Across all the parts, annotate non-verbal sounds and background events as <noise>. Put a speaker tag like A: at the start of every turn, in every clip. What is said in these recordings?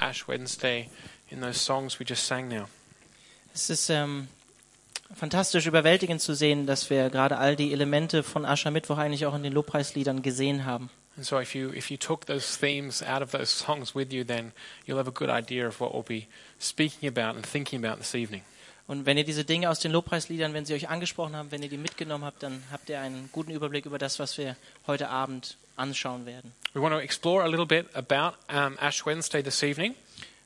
A: Ash Wednesday in those songs we just sang now.
B: Es ist ähm, fantastisch überwältigend zu sehen, dass wir gerade all die Elemente von Aschermittwoch eigentlich auch in den Lobpreisliedern gesehen haben.
A: And so if you if you took those themes out of those songs with you, then you'll have a good idea of what we'll be speaking about and thinking about this evening.
B: Und wenn ihr diese Dinge aus den Lobpreisliedern, wenn sie euch angesprochen haben, wenn ihr die mitgenommen habt, dann habt ihr einen guten Überblick über das, was wir heute Abend anschauen werden.
A: We want to explore a little bit about um, Ash Wednesday this evening,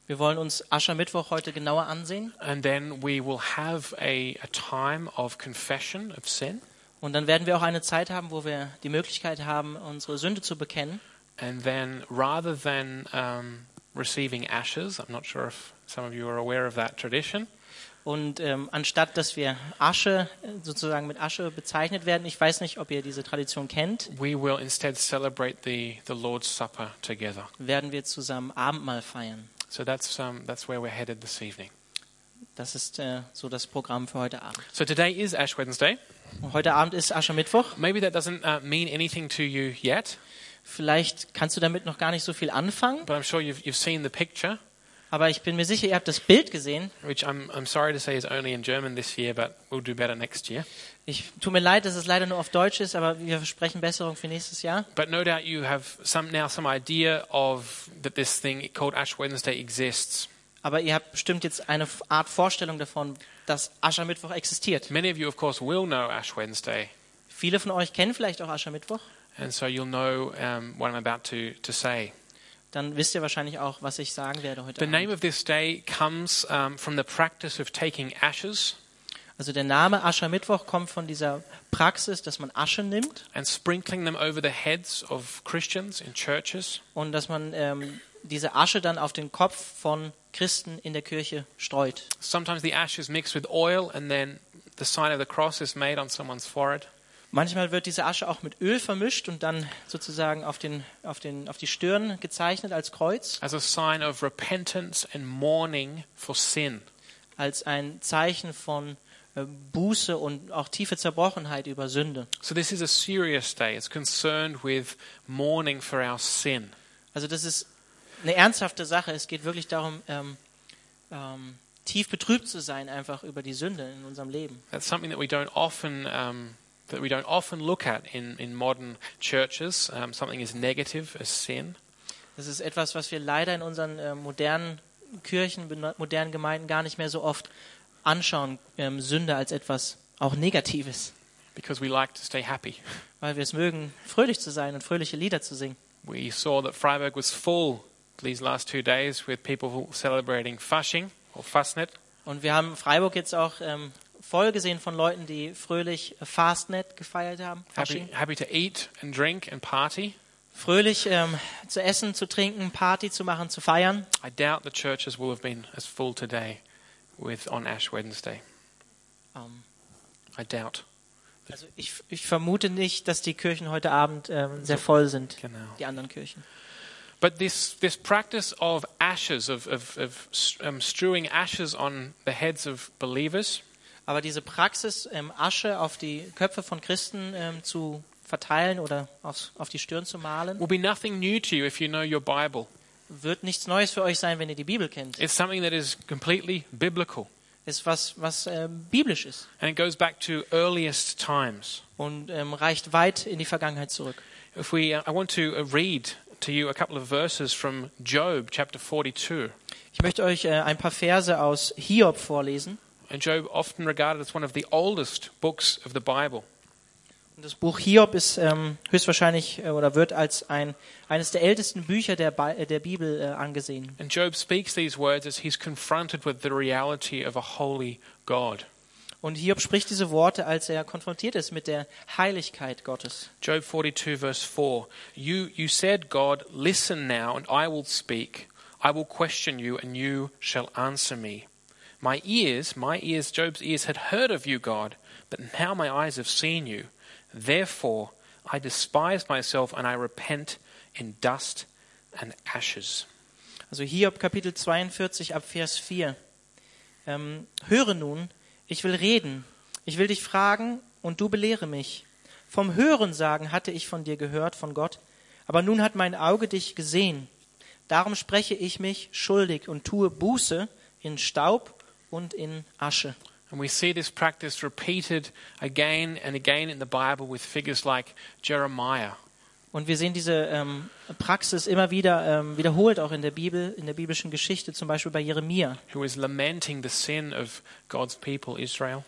B: Wir wollen uns Aschermittwoch heute genauer ansehen
A: and then we will have a, a time of confession of sin,
B: und dann werden wir auch eine Zeit haben, wo wir die Möglichkeit haben, unsere Sünde zu bekennen.
A: and then rather than um, receiving ashes, I'm not sure if some of you are aware of that tradition.
B: Und ähm, anstatt dass wir Asche äh, sozusagen mit Asche bezeichnet werden, ich weiß nicht, ob ihr diese Tradition kennt,
A: We will instead celebrate the, the Lord's Supper together.
B: werden wir zusammen Abendmahl feiern.
A: So that's, um, that's where we're headed this evening.
B: Das ist äh, so das Programm für heute Abend.
A: So today is Ash Wednesday.
B: Und heute Abend ist Aschermittwoch.
A: Maybe that doesn't uh, mean anything to you yet,
B: Vielleicht kannst du damit noch gar nicht so viel anfangen,
A: but I'm sure you've, you've seen the picture,
B: aber ich bin mir sicher, ihr habt das Bild gesehen.
A: which I'm, I'm sorry to say is only in German this year, but we'll do better next year.
B: Ich tut mir leid, dass es leider nur auf Deutsch ist, aber wir versprechen Besserung für nächstes Jahr.
A: But no doubt you have some, now some idea of that this thing called Ash Wednesday exists.
B: Aber ihr habt bestimmt jetzt eine Art Vorstellung davon, dass Aschermittwoch existiert.
A: Many of you, of course, will know Ash Wednesday,
B: Viele von euch kennen vielleicht auch Aschermittwoch.
A: and so you'll know um, what I'm about to, to say.
B: Dann wisst ihr wahrscheinlich auch, was ich sagen werde heute
A: The name
B: Abend.
A: of this day comes um, from the practice of taking ashes
B: Also der Name Aschermittwoch kommt von dieser Praxis, dass man Asche nimmt
A: and sprinkling them over the heads of Christians in churches.
B: und dass man ähm, diese Asche dann auf den Kopf von Christen in der Kirche streut.
A: Sometimes the ash is mixed with oil, and then the sign of the cross is made on someone's forehead.
B: Manchmal wird diese Asche auch mit Öl vermischt und dann sozusagen auf, den, auf, den, auf die Stirn gezeichnet als Kreuz,
A: as a sign of repentance and mourning for sin.
B: als ein Zeichen von äh, Buße und auch tiefe Zerbrochenheit über Sünde.
A: So, this is a serious day. It's concerned with mourning for our sin.
B: Also das ist eine ernsthafte Sache. Es geht wirklich darum, ähm, ähm, tief betrübt zu sein einfach über die Sünde in unserem Leben.
A: That's something that we don't often. Um, that we don't often look at in, in modern churches, um, something as negative as sin.
B: Das ist etwas, was wir leider in unseren äh, modernen Kirchen, bena- modernen Gemeinden gar nicht mehr so oft anschauen, ähm, Sünde als etwas auch Negatives,
A: because we like to stay happy.
B: weil wir es mögen, fröhlich zu sein und fröhliche Lieder zu singen.
A: We saw that Freiburg was full these last two days with people celebrating Fasching or Fastnet.
B: Und wir haben Freiburg jetzt auch ähm, voll gesehen von Leuten, die fröhlich Fastnet gefeiert haben,
A: Happy,
B: Fasching.
A: happy to eat and drink and party.
B: fröhlich ähm, zu essen, zu trinken, Party zu machen, zu feiern.
A: I doubt the churches will have been as full today with on Ash Wednesday.
B: Ähm,
A: I doubt.
B: also ich, ich vermute nicht, dass die Kirchen heute Abend ähm, sehr voll sind,
A: Genau.
B: die anderen Kirchen.
A: But this, this practice of ashes, of, of, of um, strewing ashes on the heads of believers,
B: Aber diese Praxis, ähm, Asche auf die Köpfe von Christen ähm, zu verteilen oder aufs, auf die Stirn zu malen,
A: will be nothing new to you if you know your Bible.
B: wird nichts Neues für euch sein, wenn ihr die Bibel kennt.
A: It's something that is completely biblical.
B: Ist was, was ähm, biblisch ist
A: And it goes back to earliest times.
B: und ähm, reicht weit in die Vergangenheit zurück.
A: If we, I want to uh, read to you a couple of verses from Job chapter 42.
B: Ich möchte euch äh, ein paar Verse aus Hiob vorlesen.
A: And Job often regarded as one of the oldest books of the Bible.
B: Und Das Buch Hiob ist ähm, höchstwahrscheinlich äh, oder wird als ein, eines der ältesten Bücher der, Bi äh, der Bibel äh, angesehen.
A: And Job speaks these words as he's confronted with the reality of a holy God.
B: Und Hiob spricht diese Worte, als er konfrontiert ist mit der Heiligkeit Gottes.
A: Job 42 verse 4. You you said, God, listen now and I will speak. I will question you and you shall answer me. My ears, my ears, Job's ears had heard of you, God, but now my eyes have seen you. Therefore I despise myself and I repent in dust and ashes.
B: Also Hiob Kapitel 42 ab Vers 4. Ähm, höre nun, ich will reden, ich will dich fragen und du belehre mich. Vom Hörensagen hatte ich von dir gehört, von Gott, aber nun hat mein Auge dich gesehen. Darum spreche ich mich schuldig und tue Buße in Staub und in Asche.
A: And we see this practice repeated again and again in the Bible with figures like Jeremiah.
B: Und wir sehen diese ähm, Praxis immer wieder ähm, wiederholt, auch in der Bibel, in der biblischen Geschichte, zum Beispiel bei Jeremia,
A: who is lamenting the sin of God's people, Israel,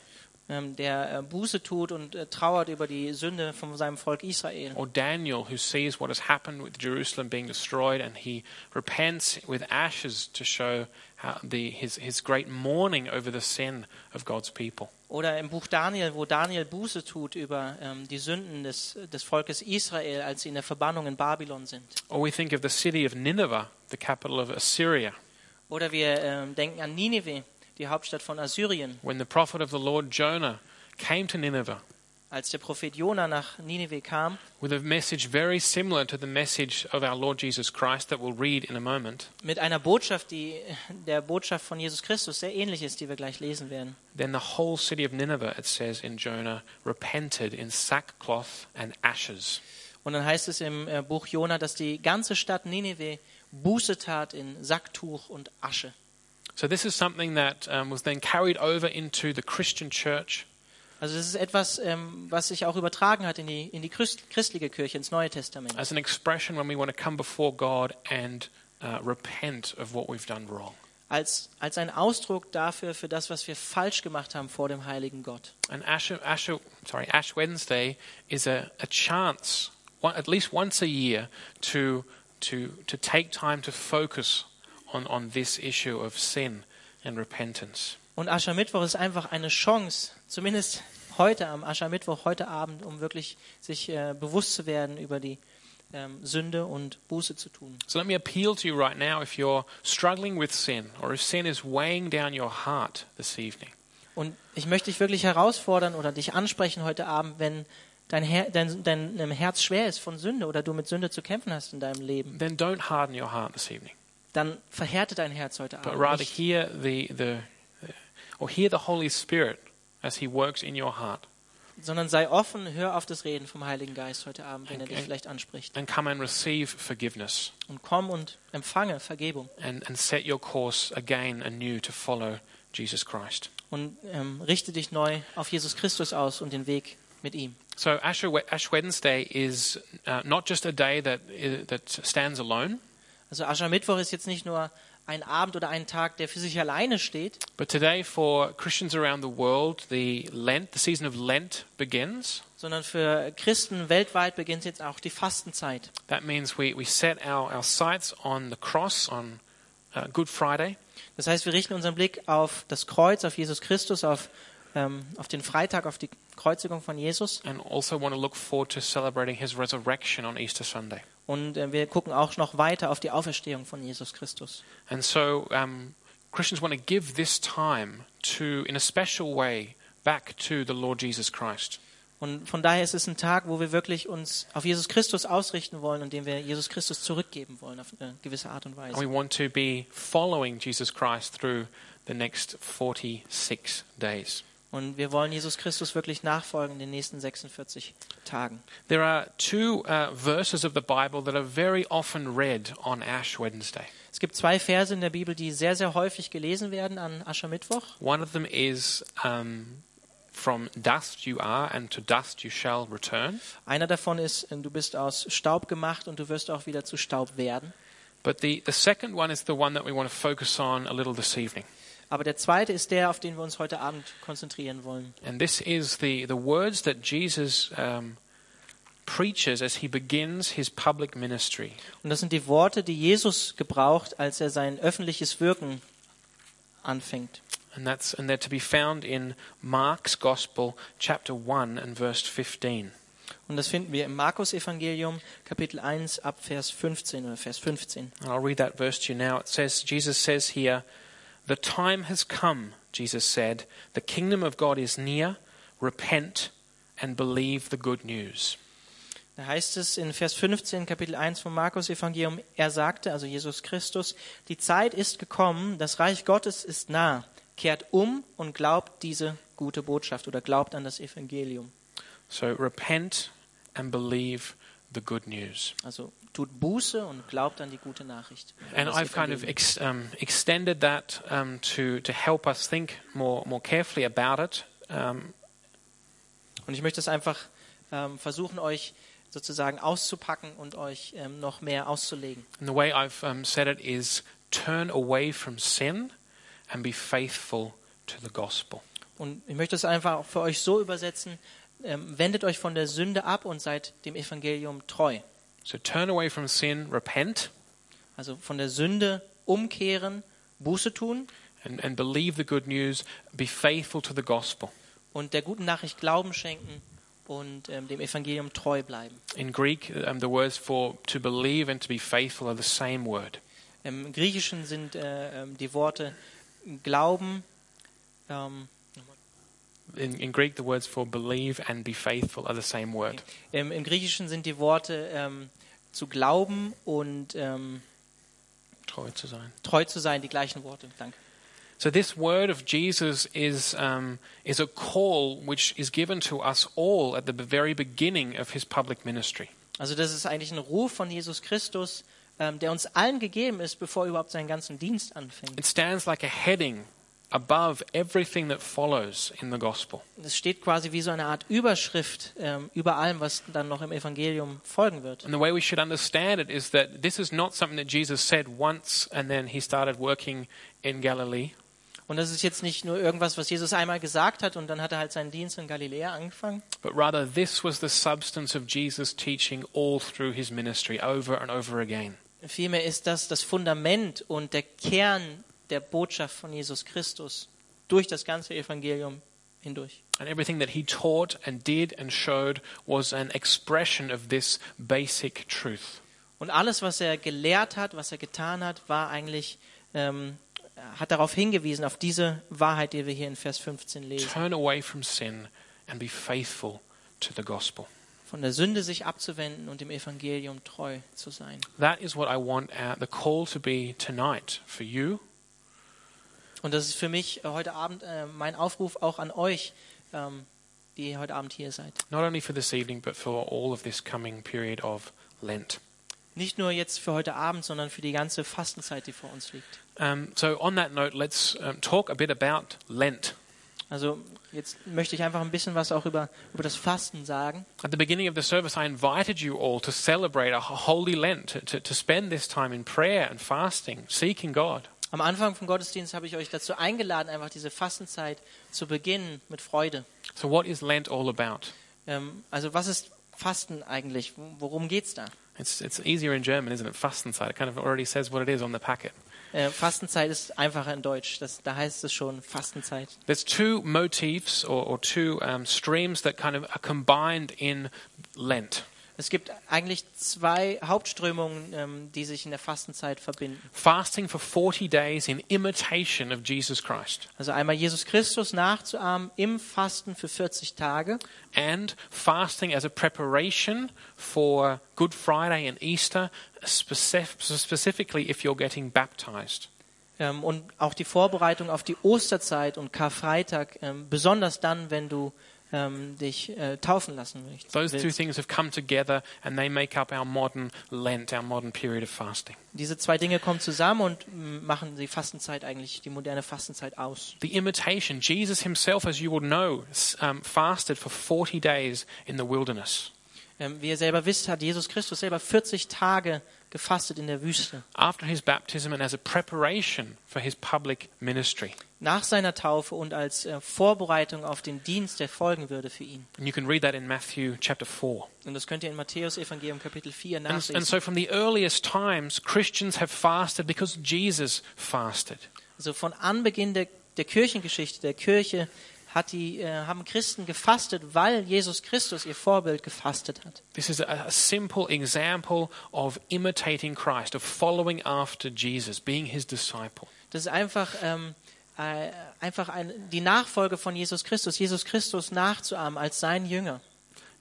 B: ähm, der äh, Buße tut und äh, trauert über die Sünde von seinem Volk Israel.
A: or Daniel, who sees what has happened with Jerusalem being destroyed and he repents with ashes to show how the, his, his great mourning over the sin of God's people.
B: Oder im Buch Daniel, wo Daniel Buße tut über ähm, die Sünden des, des Volkes Israel, als sie in der Verbannung in Babylon sind.
A: Or we think of the city of Nineveh, the capital of Assyria,
B: Oder wir ähm, denken an Nineveh, die Hauptstadt von Assyrien,
A: when the prophet of the Lord Jonah came to Nineveh
B: als der Prophet Jona nach Nineveh kam,
A: with a message very similar to the message of our Lord Jesus Christ that we'll read in a moment.
B: mit einer Botschaft, die äh, der Botschaft von Jesus Christus sehr ähnlich ist, die wir gleich lesen werden.
A: Then the whole city of Nineveh, it says in Jonah, repented in sackcloth and ashes.
B: Und dann heißt es im äh, Buch Jona, dass die ganze Stadt Nineveh Buße tat in Sacktuch und Asche.
A: So, this is something that um, was then carried over into the Christian church.
B: Also das ist etwas, ähm, was sich auch übertragen hat in die, in die Christ, christliche Kirche, ins Neue Testament.
A: as an expression when we want to come before God and uh, repent of what we've done wrong.
B: Als, als ein Ausdruck dafür, für das, was wir falsch gemacht haben vor dem heiligen Gott.
A: And Ash, Ash, sorry, Ash Wednesday is a, a chance, one, at least once a year, to, to, to take time to focus on, on this issue of sin and repentance.
B: Und Aschermittwoch ist einfach eine Chance, zumindest heute am Aschermittwoch, heute Abend, um wirklich sich äh, bewusst zu werden über die ähm, Sünde und Buße zu tun.
A: So let me appeal to you right now if you're struggling with sin or if sin is weighing down your heart this evening.
B: Und ich möchte dich wirklich herausfordern oder dich ansprechen heute Abend, wenn dein, Her dein, dein, dein Herz schwer ist von Sünde oder du mit Sünde zu kämpfen hast in deinem Leben,
A: Then don't harden your heart this evening.
B: dann verhärte dein Herz heute
A: but
B: Abend.
A: rather
B: Nicht.
A: hear the, the uh, or hear the Holy Spirit as He works in your heart,
B: Sondern sei offen, hör auf das Reden vom Heiligen Geist heute Abend, wenn er
A: Okay.
B: dich vielleicht anspricht.
A: and come and receive forgiveness,
B: Und komm und empfange Vergebung
A: and, and set your course again anew to follow Jesus Christ.
B: und ähm, richte dich neu auf Jesus Christus aus und den Weg mit ihm.
A: So Asher, We- Ash Wednesday is uh, not just a day that i- that stands alone,
B: Also Aschermittwoch ist jetzt nicht nur ein Abend oder ein Tag, der für sich alleine steht,
A: but today for Christians around the world, the Lent, the season of Lent begins.
B: sondern für Christen weltweit beginnt jetzt auch die Fastenzeit.
A: That means we, we set our, our sights on the cross on uh, Good Friday.
B: Das heißt, wir richten unseren Blick auf das Kreuz, auf Jesus Christus, auf, ähm, auf den Freitag, auf die Kreuzigung von Jesus.
A: and also want to look forward to celebrating his resurrection on Easter Sunday.
B: Und äh, wir gucken auch noch weiter auf die Auferstehung von Jesus Christus.
A: And so um, Christians want to give this time to, in a special way, back to the Lord Jesus Christ.
B: Und von daher ist es ein Tag, wo wir wirklich uns auf Jesus Christus ausrichten wollen und dem wir Jesus Christus zurückgeben wollen, auf eine gewisse Art und
A: And we
B: Weise.
A: want to be following Jesus Christ through the next 46 days.
B: Und wir wollen Jesus Christus wirklich nachfolgen in den nächsten 46 Tagen.
A: There are two uh, verses of the Bible that are very often read on Ash Wednesday.
B: Es gibt zwei Verse in der Bibel, die sehr, sehr häufig gelesen werden an Aschermittwoch.
A: One of them is um, From dust you are, and to dust you shall return.
B: Einer davon ist, äh, du bist aus Staub gemacht und du wirst auch wieder zu Staub werden.
A: But the, the second one is the one that we want to focus on a little this evening.
B: Aber der zweite ist der, auf den wir uns heute Abend konzentrieren wollen.
A: And this is the, the words that Jesus um, preaches as he begins his public ministry.
B: Und das sind die Worte, die Jesus gebraucht, als er sein öffentliches Wirken anfängt.
A: And, that's, and they're to be found in Mark's Gospel, chapter 1 and verse 15.
B: Und das finden wir im Markus-Evangelium, Kapitel 1, ab Vers 15 oder Vers 15.
A: And I'll read that verse to you now. It says, Jesus says here, The time has come, Jesus said. The kingdom of God is near. Repent and believe the good news.
B: Da heißt es in Vers 15, Kapitel 1 vom Markus-Evangelium, er sagte, also Jesus Christus, die Zeit ist gekommen, das Reich Gottes ist nah. Kehrt um und glaubt diese gute Botschaft oder glaubt an das Evangelium.
A: So repent and believe the good news.
B: Also tut Buße und glaubt an die gute Nachricht.
A: And
B: Das
A: I've kind of
B: Evangelium.
A: ex, um, extended that um, to, to help us think more, more carefully about it. Um,
B: Und ich möchte es einfach ähm, versuchen, euch sozusagen auszupacken und euch ähm, noch mehr auszulegen.
A: and the way I've um, said it is turn away from sin and be faithful to the gospel.
B: Und ich möchte es einfach auch für euch so übersetzen, ähm, wendet euch von der Sünde ab und seid dem Evangelium treu.
A: So turn away from sin, repent,
B: Also von der Sünde umkehren, Buße tun
A: and, and believe the good news, be faithful to the gospel.
B: und der guten Nachricht Glauben schenken und ähm, dem Evangelium treu bleiben.
A: In Greek, um, the words for to believe and to be faithful are the same word.
B: Im Griechischen sind äh, ähm, die Worte Glauben, ähm,
A: In, in Greek, the words for believe and be faithful are the same word.
B: im, im Griechischen sind die Worte ähm, zu glauben und ähm,
A: Treu zu sein.
B: treu zu sein, die gleichen Worte. Danke.
A: So this word of Jesus is um, is a call which is given to us all at the very beginning of his public ministry.
B: Also das ist eigentlich ein Ruf von Jesus Christus, ähm, der uns allen gegeben ist, bevor er überhaupt seinen ganzen Dienst anfängt.
A: It stands like a heading above everything that follows in the gospel.
B: Es steht quasi wie so eine Art Überschrift ähm, über allem, was dann noch im Evangelium folgen wird.
A: And the way we should understand it is that this is not something that Jesus said once and then he started working in Galilee.
B: Und das ist jetzt nicht nur irgendwas, was Jesus einmal gesagt hat und dann hat er halt seinen Dienst in Galiläa angefangen,
A: But rather, this was the substance of Jesus' teaching all through his ministry, over and over again.
B: Vielmehr ist das das Fundament und der Kern der Botschaft von Jesus Christus durch das ganze Evangelium hindurch.
A: And everything that he taught and did and showed was an expression of this basic truth.
B: Und alles, was er gelehrt hat, was er getan hat, war eigentlich, ähm, hat darauf hingewiesen, auf diese Wahrheit, die wir hier in Vers 15 lesen.
A: Turn away from sin and be faithful to the gospel.
B: Von der Sünde sich abzuwenden und dem Evangelium treu zu sein.
A: That is what I want uh, the call to be tonight for you.
B: Und das ist für mich äh, heute Abend äh, mein Aufruf auch an euch, ähm, die ihr heute Abend hier seid.
A: not only for this evening, but for all of this coming period of Lent.
B: Nicht nur jetzt für heute Abend, sondern für die ganze Fastenzeit, die vor uns liegt.
A: Um, so, on that note, let's um, talk a bit about Lent.
B: Also jetzt möchte ich einfach ein bisschen was auch über, über das Fasten sagen.
A: At the beginning of the service, I invited you all to celebrate a holy Lent, to, to, to spend this time in prayer and fasting, seeking God.
B: Am Anfang vom Gottesdienst habe ich euch dazu eingeladen, einfach diese Fastenzeit zu beginnen mit Freude.
A: So, what is Lent all about?
B: Ähm, also was ist Fasten eigentlich? Worum geht's da?
A: It's, it's easier in German, isn't it? Fastenzeit. It kind of already says what it is on the packet.
B: Äh, Fastenzeit ist einfacher in Deutsch. Das, da heißt es schon Fastenzeit.
A: There's two motifs or, or two um, streams that kind of are combined in Lent.
B: Es gibt eigentlich zwei Hauptströmungen, ähm, die sich in der Fastenzeit verbinden.
A: Fasting for 40 days in imitation of Jesus Christ.
B: Also einmal Jesus Christus nachzuahmen im Fasten für 40 Tage
A: and fasting as a preparation for Good Friday and Easter, specif- specifically if you're getting baptized.
B: Ähm, und auch die Vorbereitung auf die Osterzeit und Karfreitag, ähm, besonders dann, wenn du ähm, dich äh, taufen lassen möchtest.
A: Those two
B: willst.
A: things have come together and they make up our modern Lent, our modern period of fasting.
B: Diese zwei Dinge kommen zusammen und m, machen die Fastenzeit eigentlich, die moderne Fastenzeit aus.
A: The imitation, Jesus himself, as you will know, s- um, fasted for 40 days in the wilderness.
B: Ähm, wie ihr selber wisst, hat Jesus Christus selber 40 Tage gefastet in der Wüste.
A: After his baptism and as a preparation for his public ministry.
B: Nach seiner Taufe und als äh, Vorbereitung auf den Dienst, der folgen würde für ihn.
A: And you can read that in Matthew chapter 4.
B: Und das könnt ihr in Matthäus Evangelium Kapitel 4
A: And,
B: nachlesen.
A: and so, from the earliest times, Christians have fasted because Jesus fasted.
B: Also von Anbeginn der, der Kirchengeschichte, der Kirche, hat die, äh, haben Christen gefastet, weil Jesus Christus ihr Vorbild gefastet hat.
A: This is a, a simple example of imitating Christ, of following after Jesus, being his disciple.
B: Das ist einfach, ähm, äh, einfach ein, die Nachfolge von Jesus Christus, Jesus Christus nachzuahmen als sein Jünger.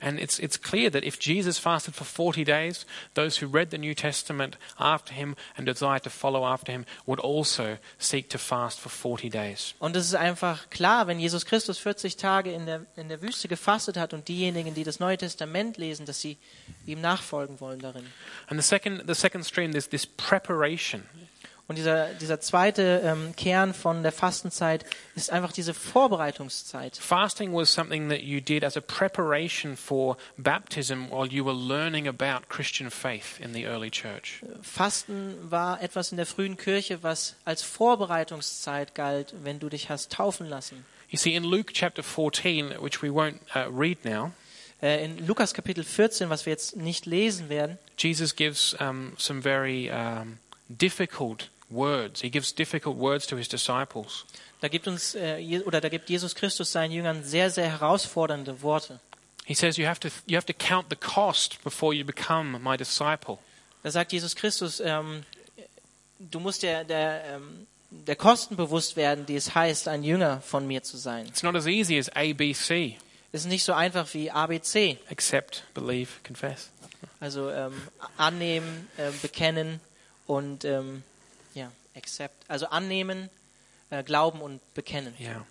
A: And it's, it's clear that if Jesus fasted for 40 days, those who read the New Testament after him and desired to follow after him would also seek to fast for 40 days.
B: Und es ist einfach klar, wenn Jesus Christus 40 Tage in der, in der Wüste gefastet hat und diejenigen, die das Neue Testament lesen, dass sie ihm nachfolgen wollen darin.
A: And the second, the second stream, there's this preparation.
B: Und dieser, dieser zweite ähm, Kern von der Fastenzeit ist einfach diese Vorbereitungszeit.
A: Fasting was something that you did as a preparation for baptism while you were learning about Christian faith in the early church.
B: Fasten war etwas in der frühen Kirche, was als Vorbereitungszeit galt, wenn du dich hast taufen lassen.
A: You see, in Luke chapter 14, which we won't uh, read now,
B: Äh, in Lukas Kapitel 14, was wir jetzt nicht lesen werden,
A: Jesus gives um, some very um, difficult words. He gives difficult words to his disciples.
B: da gibt uns äh, Je- oder da gibt Jesus Christus seinen Jüngern sehr sehr herausfordernde Worte.
A: He says, you have, to, you have to count the cost before you become my disciple.
B: Da sagt Jesus Christus, ähm, du musst der, der, ähm, der Kosten bewusst werden, die es heißt, ein Jünger von mir zu sein.
A: It's not as easy as ABC
B: Es ist nicht so einfach wie ABC,
A: accept, believe, confess.
B: also ähm, annehmen, ähm, bekennen und ähm, ja, accept. Also annehmen, äh, glauben und bekennen.
A: Yeah.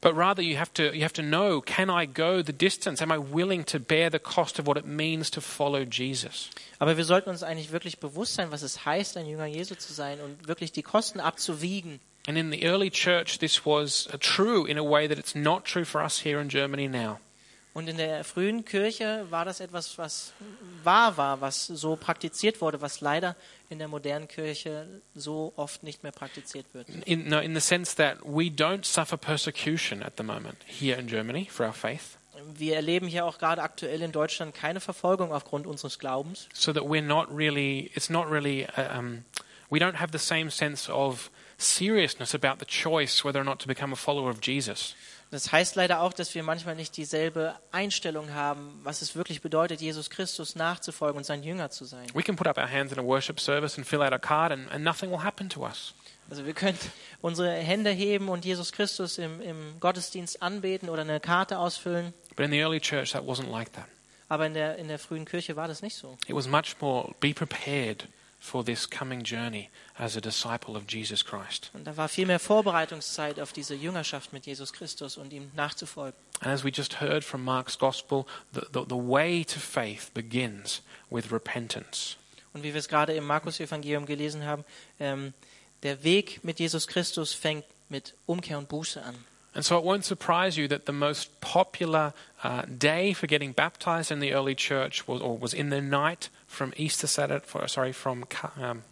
A: But rather, you have, to, you have to know can I go the distance? Am I willing to bear the cost of what it means to follow Jesus?
B: Aber wir sollten uns eigentlich wirklich bewusst sein, was es heißt, ein Jünger Jesu zu sein und wirklich die Kosten abzuwiegen.
A: And in the early church, this was uh, true in a way that it's not true for us here in Germany now.
B: Und in der frühen Kirche war das etwas, was wahr war, was so praktiziert wurde, was leider in der modernen Kirche so oft nicht mehr praktiziert wird.
A: In, no, in the sense that we don't suffer persecution at the moment here in Germany for our faith,
B: Wir erleben hier auch gerade aktuell in Deutschland keine Verfolgung aufgrund unseres Glaubens.
A: so that we're not really, it's not really, uh, um, we don't have the same sense of seriousness about the choice whether or not to become a follower of Jesus.
B: Das heißt leider auch, dass wir manchmal nicht dieselbe Einstellung haben, was es wirklich bedeutet, Jesus Christus nachzufolgen und sein Jünger zu sein.
A: We can put up our hands in a worship service and fill out a card, and, and nothing will happen to us.
B: Also wir können unsere Hände heben und Jesus Christus im, im Gottesdienst anbeten oder eine Karte ausfüllen,
A: But in the early church, that wasn't like that.
B: aber in der, in der frühen Kirche war das nicht so.
A: It was much more be prepared for this coming journey as a disciple of Jesus Christ.
B: Und da war viel mehr Vorbereitungszeit auf diese Jüngerschaft mit Jesus Christus und ihm nachzufolgen.
A: And as we just heard from Mark's gospel, the, the, the way to faith begins with repentance.
B: Und wie wir es gerade im Markus-Evangelium gelesen haben, ähm, der Weg mit Jesus Christus fängt mit Umkehr und Buße an.
A: And so it won't surprise you that the most popular uh, day for getting baptized in the early church was, or was in the night from Easter Saturday, for, sorry, from Ca- um,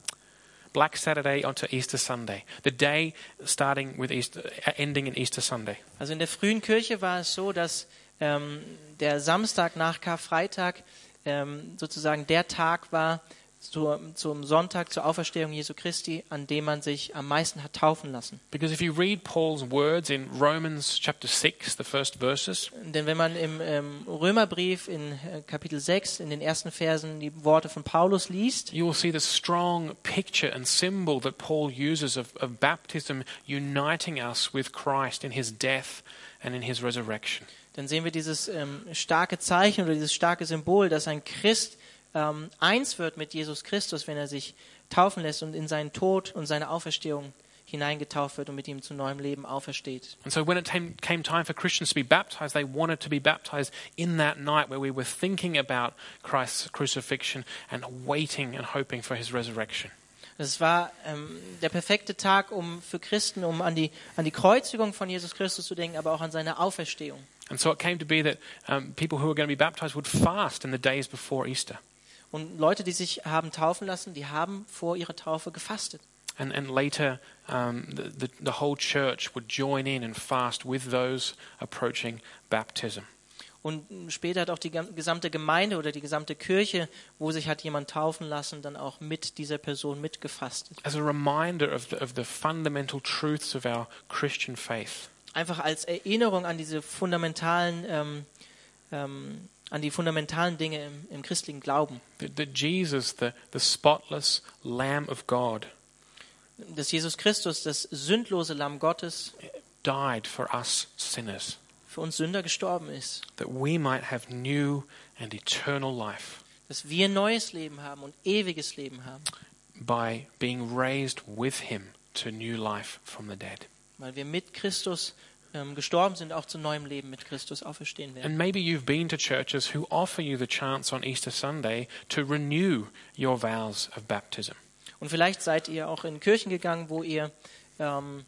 A: Black Saturday onto Easter Sunday. The day starting with Easter, uh, ending in Easter Sunday.
B: Also in der frühen Kirche war es so, dass ähm, der Samstag nach Karfreitag ähm, sozusagen der Tag war zu, zum Sonntag zur Auferstehung Jesu Christi, an dem man sich am meisten hat taufen lassen.
A: Because if you read Paul's words in Romans chapter 6, the first verses,
B: Denn wenn man im ähm, Römerbrief in äh, Kapitel 6 in den ersten Versen die Worte von Paulus liest,
A: you will see the strong picture and symbol that Paul uses of, of baptism uniting us with Christ in his death and in his resurrection.
B: dann sehen wir dieses ähm, starke Zeichen oder dieses starke Symbol, dass ein Christ ähm, eins wird mit Jesus Christus, wenn er sich taufen lässt und in seinen Tod und seine Auferstehung hineingetauft wird und mit ihm zu neuem Leben aufersteht.
A: And so when it came, came time for Christians to be baptized, they wanted to be baptized in that night where we were thinking about Christ's crucifixion and waiting and hoping for his resurrection.
B: Es war ähm, der perfekte Tag um für Christen, um an die, an die Kreuzigung von Jesus Christus zu denken, aber auch an seine Auferstehung.
A: And so it came to be that um, people who were going to be baptized would fast in the days before Easter.
B: Und Leute, die sich haben taufen lassen, die haben vor ihrer Taufe gefastet.
A: And, and later, um, the, the, the whole church would join in and fast with those approaching baptism.
B: Und später hat auch die gam- gesamte Gemeinde oder die gesamte Kirche, wo sich hat jemand taufen lassen, dann auch mit dieser Person mitgefastet.
A: As a reminder of the, of the fundamental truths of our Christian faith.
B: Einfach als Erinnerung an diese fundamentalen, ähm, ähm, an die fundamentalen Dinge im, im christlichen Glauben.
A: That, that Jesus, the, the spotless Lamb of God,
B: Dass Jesus Christus, das sündlose Lamm Gottes,
A: died for us sinners.
B: für uns Sünder gestorben ist,
A: that we might have new and eternal life
B: dass wir neues Leben haben und ewiges Leben haben,
A: by being raised with him to new life from the dead.
B: weil wir mit Christus ähm, gestorben sind, auch zu neuem Leben mit Christus auferstehen werden.
A: And maybe you've been to churches who offer you the chance on Easter Sunday to renew your vows of baptism.
B: Und vielleicht seid ihr auch in Kirchen gegangen, wo ihr ähm,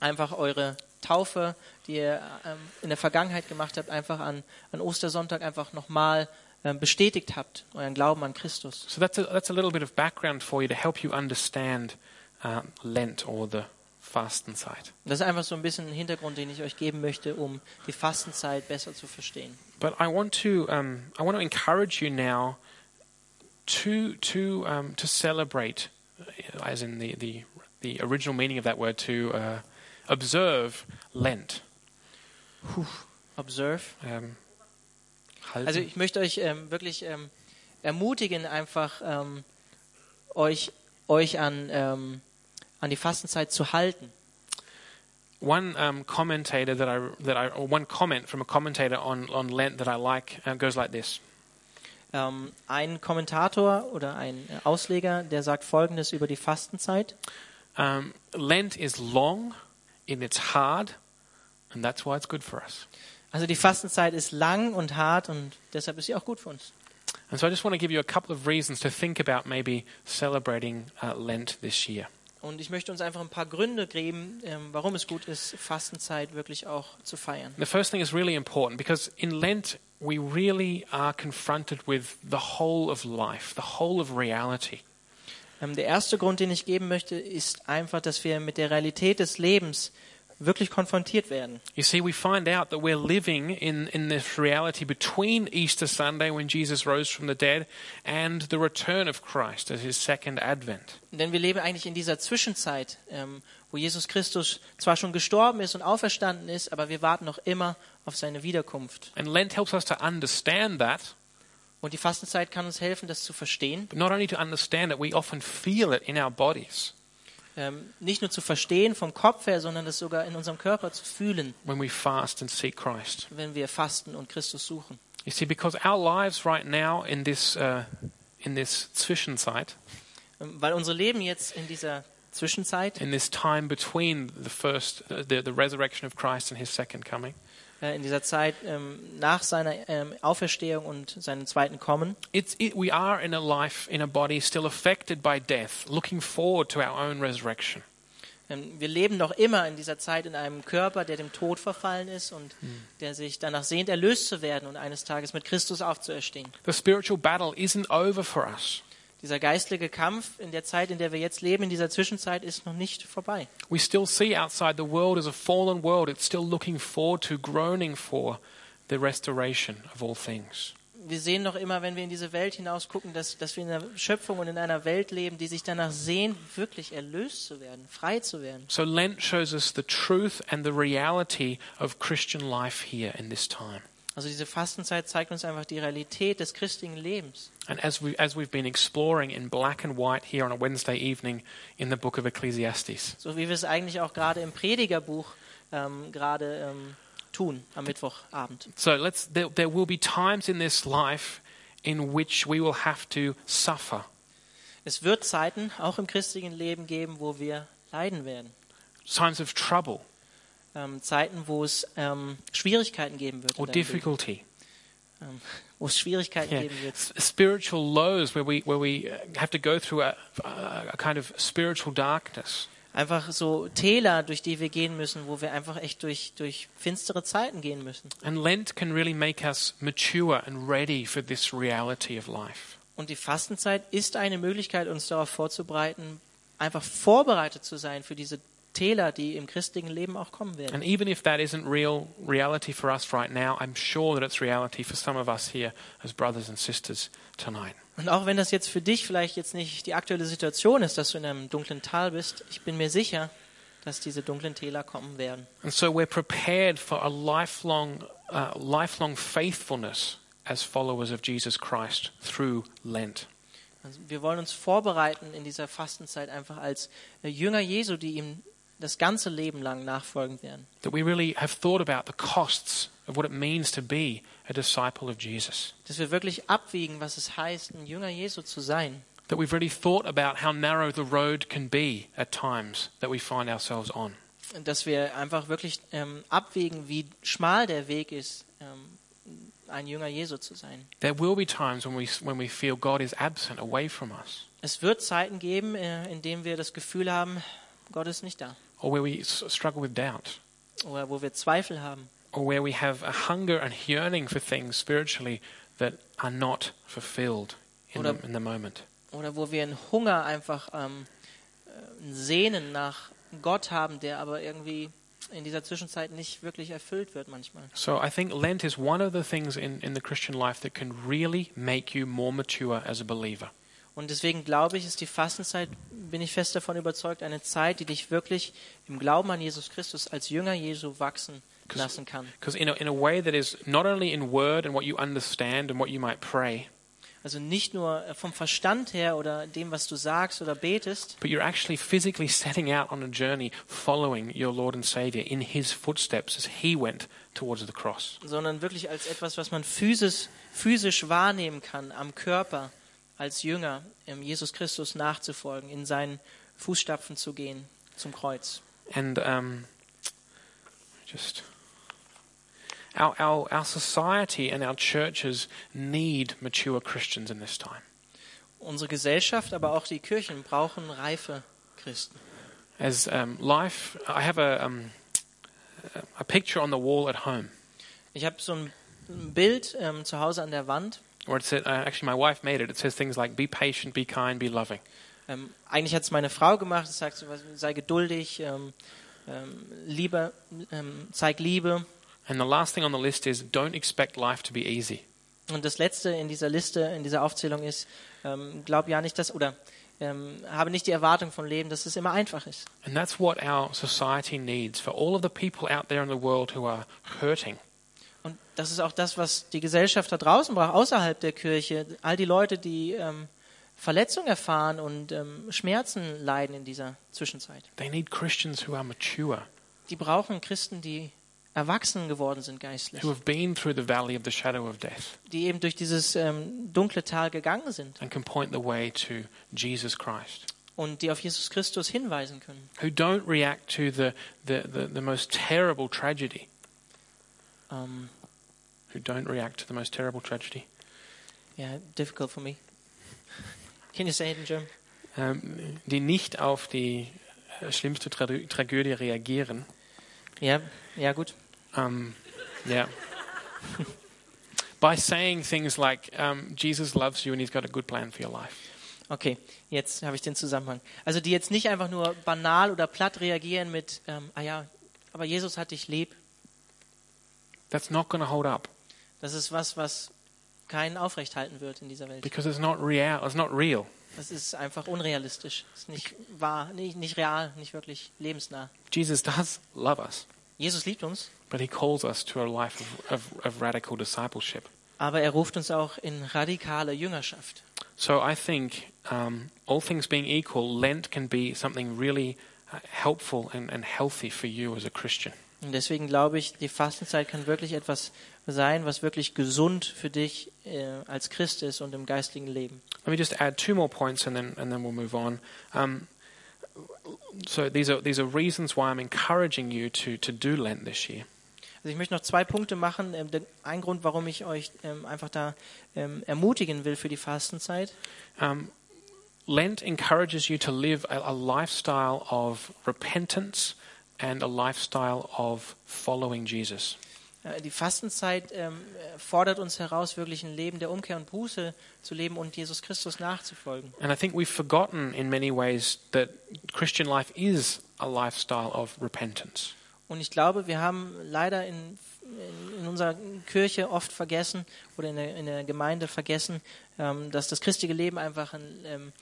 B: einfach eure Taufe, die ihr ähm, in der Vergangenheit gemacht habt, einfach an, an Ostersonntag einfach nochmal ähm, bestätigt habt, euren Glauben an Christus.
A: So that's a, that's a little bit of background for you to help you understand um, Lent or the Fastenzeit.
B: Und das ist einfach so ein bisschen ein Hintergrund, den ich euch geben möchte, um die Fastenzeit besser zu verstehen.
A: But I want to um, I want to encourage you now to to um, to celebrate, uh, as in the, the the original meaning of that word, to uh, observe Lent.
B: Observe.
A: Um,
B: Also ich möchte euch ähm, wirklich ähm, ermutigen, einfach ähm, euch, euch an, ähm, an die Fastenzeit zu halten.
A: one um, commentator that I that I or one comment from a commentator on on Lent that I like uh, goes like this:
B: Ähm, ein Kommentator oder ein äh, Ausleger, der sagt Folgendes über die Fastenzeit.
A: um, Lent is long, and it's hard, and that's why it's good for us.
B: Also die Fastenzeit ist lang und hart und deshalb ist sie auch gut für uns.
A: And so I just want to give you a couple of reasons to think about maybe celebrating uh, Lent this year.
B: Und ich möchte uns einfach ein paar Gründe geben, ähm, warum es gut ist, Fastenzeit wirklich auch zu feiern.
A: The first thing is really important because in Lent, we really are confronted with the whole of life, the whole of reality.
B: Ähm, der erste Grund, den ich geben möchte, ist einfach, dass wir mit der Realität des Lebens wirklich konfrontiert werden.
A: You see, we find out that we're living in, in this reality between Easter Sunday, when Jesus rose from the dead, and the return of Christ at his second advent.
B: Denn wir leben eigentlich in dieser Zwischenzeit, ähm, wo Jesus Christus zwar schon gestorben ist und auferstanden ist, aber wir warten noch immer auf seine Wiederkunft.
A: And Lent helps us to understand that,
B: Und die Fastenzeit kann uns helfen, das zu verstehen.
A: but not only to understand it, we often feel it in our bodies.
B: Ähm, nicht nur zu verstehen vom Kopf her, sondern das sogar in unserem Körper zu fühlen,
A: when we fast and seek Christ.
B: wenn wir fasten und Christus suchen.
A: You see, because our lives right now in this uh, in this Zwischenzeit,
B: Ähm, weil unsere Leben jetzt in dieser Zwischenzeit,
A: in this time between the first uh, the, the resurrection of Christ and His second coming,
B: äh, in dieser Zeit ähm, nach seiner ähm, Auferstehung und seinem zweiten Kommen,
A: it's it, we are in a life in a body still affected by death, looking forward to our own resurrection.
B: Ähm, Wir leben noch immer in dieser Zeit in einem Körper, der dem Tod verfallen ist und der sich danach sehnt, erlöst zu werden und eines Tages mit Christus aufzuerstehen.
A: The spiritual battle isn't over for us.
B: Dieser geistliche Kampf in der Zeit, in der wir jetzt leben, in dieser Zwischenzeit, ist noch nicht vorbei.
A: We still see outside the world as a fallen world. It's still looking forward to groaning for the restoration of all things.
B: Wir sehen noch immer, wenn wir in diese Welt hinausgucken, dass, dass wir in einer Schöpfung und in einer Welt leben, die sich danach sehnt, wirklich erlöst zu werden, frei zu werden.
A: So Lent shows us the truth and the reality of Christian life here in this time.
B: Also diese Fastenzeit zeigt uns einfach die Realität des christlichen Lebens.
A: And as we as we've been exploring in black and white here on a Wednesday evening in the book of Ecclesiastes,
B: So wie wir es eigentlich auch gerade im Predigerbuch ähm, gerade ähm, tun, am Mittwochabend.
A: so let's there, there will be times in this life in which we will have to suffer.
B: Es wird Zeiten, auch im christlichen Leben geben, wo wir leiden werden.
A: Times of trouble
B: Ähm, Zeiten, wo es ähm, Schwierigkeiten geben wird. in
A: or
B: deinem Leben.
A: difficulty,
B: Ähm, wo es Schwierigkeiten
A: yeah.
B: geben wird.
A: S- spiritual lows where we where we uh, have to go through a, a kind of spiritual darkness.
B: Einfach so Täler, durch die wir gehen müssen, wo wir einfach echt durch, durch finstere Zeiten gehen müssen.
A: And Lent can really make us mature and ready for this reality of life.
B: Und die Fastenzeit ist eine Möglichkeit, uns darauf vorzubereiten, einfach vorbereitet zu sein für diese Täler, die im christlichen Leben auch kommen werden.
A: And even if that isn't real reality for us right now, I'm sure that it's reality for some of us here as brothers and sisters tonight.
B: Und auch wenn das jetzt für dich vielleicht jetzt nicht die aktuelle Situation ist, dass du in einem dunklen Tal bist, ich bin mir sicher, dass diese dunklen Täler kommen werden.
A: And so we're prepared for a lifelong, uh, lifelong faithfulness as followers of Jesus Christ through Lent.
B: Also wir wollen uns vorbereiten in dieser Fastenzeit einfach als äh, Jünger Jesu, die ihm das ganze Leben lang nachfolgen werden.
A: that we really have thought about the costs of what it means to be a disciple of Jesus.
B: Dass wir wirklich abwiegen, was es heißt, ein Jünger Jesu zu sein.
A: That we've really thought about how narrow the road can be at times that we find ourselves on.
B: Dass wir einfach wirklich ähm, abwägen, wie schmal der Weg ist, ähm, ein Jünger Jesu zu sein.
A: There will be times when we, when we feel God is absent away from us,
B: Es wird Zeiten geben, äh, in denen wir das Gefühl haben, Gott ist nicht da.
A: or where we s- struggle with doubt,
B: Oder wo wir Zweifel haben.
A: or where we have a hunger and yearning for things spiritually that are not fulfilled in,
B: Oder-
A: the, in the moment.
B: Oder wo wir einen Hunger einfach, ähm, äh, ein Sehnen nach Gott haben, der aber irgendwie in dieser Zwischenzeit nicht wirklich erfüllt wird manchmal.
A: So I think Lent is one of the things in, in the Christian life that can really make you more mature as a believer.
B: Und deswegen glaube ich, ist die Fastenzeit, bin ich fest davon überzeugt, eine Zeit, die dich wirklich im Glauben an Jesus Christus als Jünger Jesu wachsen lassen kann.
A: Because in a, in a way that is not only in word and what you understand and what you might pray,
B: Also nicht nur vom Verstand her oder dem, was du sagst oder betest,
A: but you're actually physically <laughs> setting out on a journey following your Lord and Savior in His footsteps as He went towards the cross.
B: sondern wirklich als etwas, was man physisch, physisch wahrnehmen kann, am Körper, als Jünger, ähm, Jesus Christus nachzufolgen, in seinen Fußstapfen zu gehen, zum Kreuz.
A: And um, just our, our, our society and our churches need mature Christians in this time.
B: Unsere Gesellschaft, aber auch die Kirchen brauchen reife Christen.
A: As um, life, I have a, um, a picture on the wall at home
B: Ich habe so ein ein Bild ähm, zu Hause an der Wand.
A: where it said, uh, actually, my wife made it. It says things like, be patient, be kind, be loving.
B: Ähm, eigentlich hat es meine Frau gemacht. Es sagt, so was, sei geduldig, ähm, ähm, Liebe, ähm, zeig Liebe.
A: And the last thing on the list is don't expect life to be easy.
B: Und das letzte in dieser Liste, in dieser Aufzählung ist, ähm, glaub ja nicht, dass oder ähm, habe nicht die Erwartung von Leben, dass es immer einfach ist.
A: And that's what our society needs for all of the people out there in the world who are hurting.
B: Und das ist auch das, was die Gesellschaft da draußen braucht, außerhalb der Kirche. All die Leute, die ähm, Verletzungen erfahren und ähm, Schmerzen leiden in dieser Zwischenzeit.
A: They need Christians who are mature,
B: Die brauchen Christen, die erwachsen geworden sind geistlich.
A: who have been through the valley of the shadow of death
B: die eben durch dieses ähm, dunkle Tal gegangen sind
A: and can point the way to Jesus Christ,
B: und die auf Jesus Christus hinweisen können.
A: who don't react to the, the, the, the most terrible tragedy,
B: Ähm,
A: who don't react to the most terrible tragedy.
B: yeah, difficult for me. Can you say it in German?
A: Ähm, die nicht auf die äh, schlimmste Tra Tragödie reagieren,
B: Ja, ja gut.
A: Um, yeah. <laughs> By saying things like, um, Jesus loves you and he's got a good plan for your life.
B: Okay, jetzt habe ich den Zusammenhang. Also die jetzt nicht einfach nur banal oder platt reagieren mit, ähm, ah ja, aber Jesus hat dich lieb.
A: That's not going to hold up
B: Das ist was, was keinen aufrecht halten wird in dieser Welt.
A: because it's not real. It's not real.
B: Das ist einfach unrealistisch. Ist nicht wahr, nicht, nicht real, nicht wirklich lebensnah.
A: Jesus does love us,
B: Jesus liebt uns,
A: but he calls us to a life of, of, of radical discipleship.
B: aber er ruft uns auch in radikale Jüngerschaft.
A: So I think, um, all things being equal, Lent can be something really uh, helpful and, and healthy for you as a Christian.
B: Und deswegen glaube ich, die Fastenzeit kann wirklich etwas sein, was wirklich gesund für dich äh, als Christ ist und im geistigen Leben.
A: Let me just add two more points, and then and then we'll move on. Um, so these are these are reasons why I'm encouraging you to to do Lent this year.
B: Also ich möchte noch zwei Punkte machen. Ähm, der- Ein Grund, warum ich euch ähm, einfach da ähm, ermutigen will für die Fastenzeit.
A: Um, Lent encourages you to live a, a lifestyle of repentance and a lifestyle of following Jesus.
B: Äh, Die Fastenzeit ähm, äh, fordert uns heraus, wirklich ein Leben der Umkehr und Buße zu leben und Jesus Christus nachzufolgen.
A: And I think we've forgotten in many ways that Christian life is a lifestyle of repentance.
B: Und ich glaube, wir haben leider in, in, in unserer Kirche oft vergessen oder in der, in der Gemeinde vergessen, ähm, dass das christliche Leben einfach ein ähm,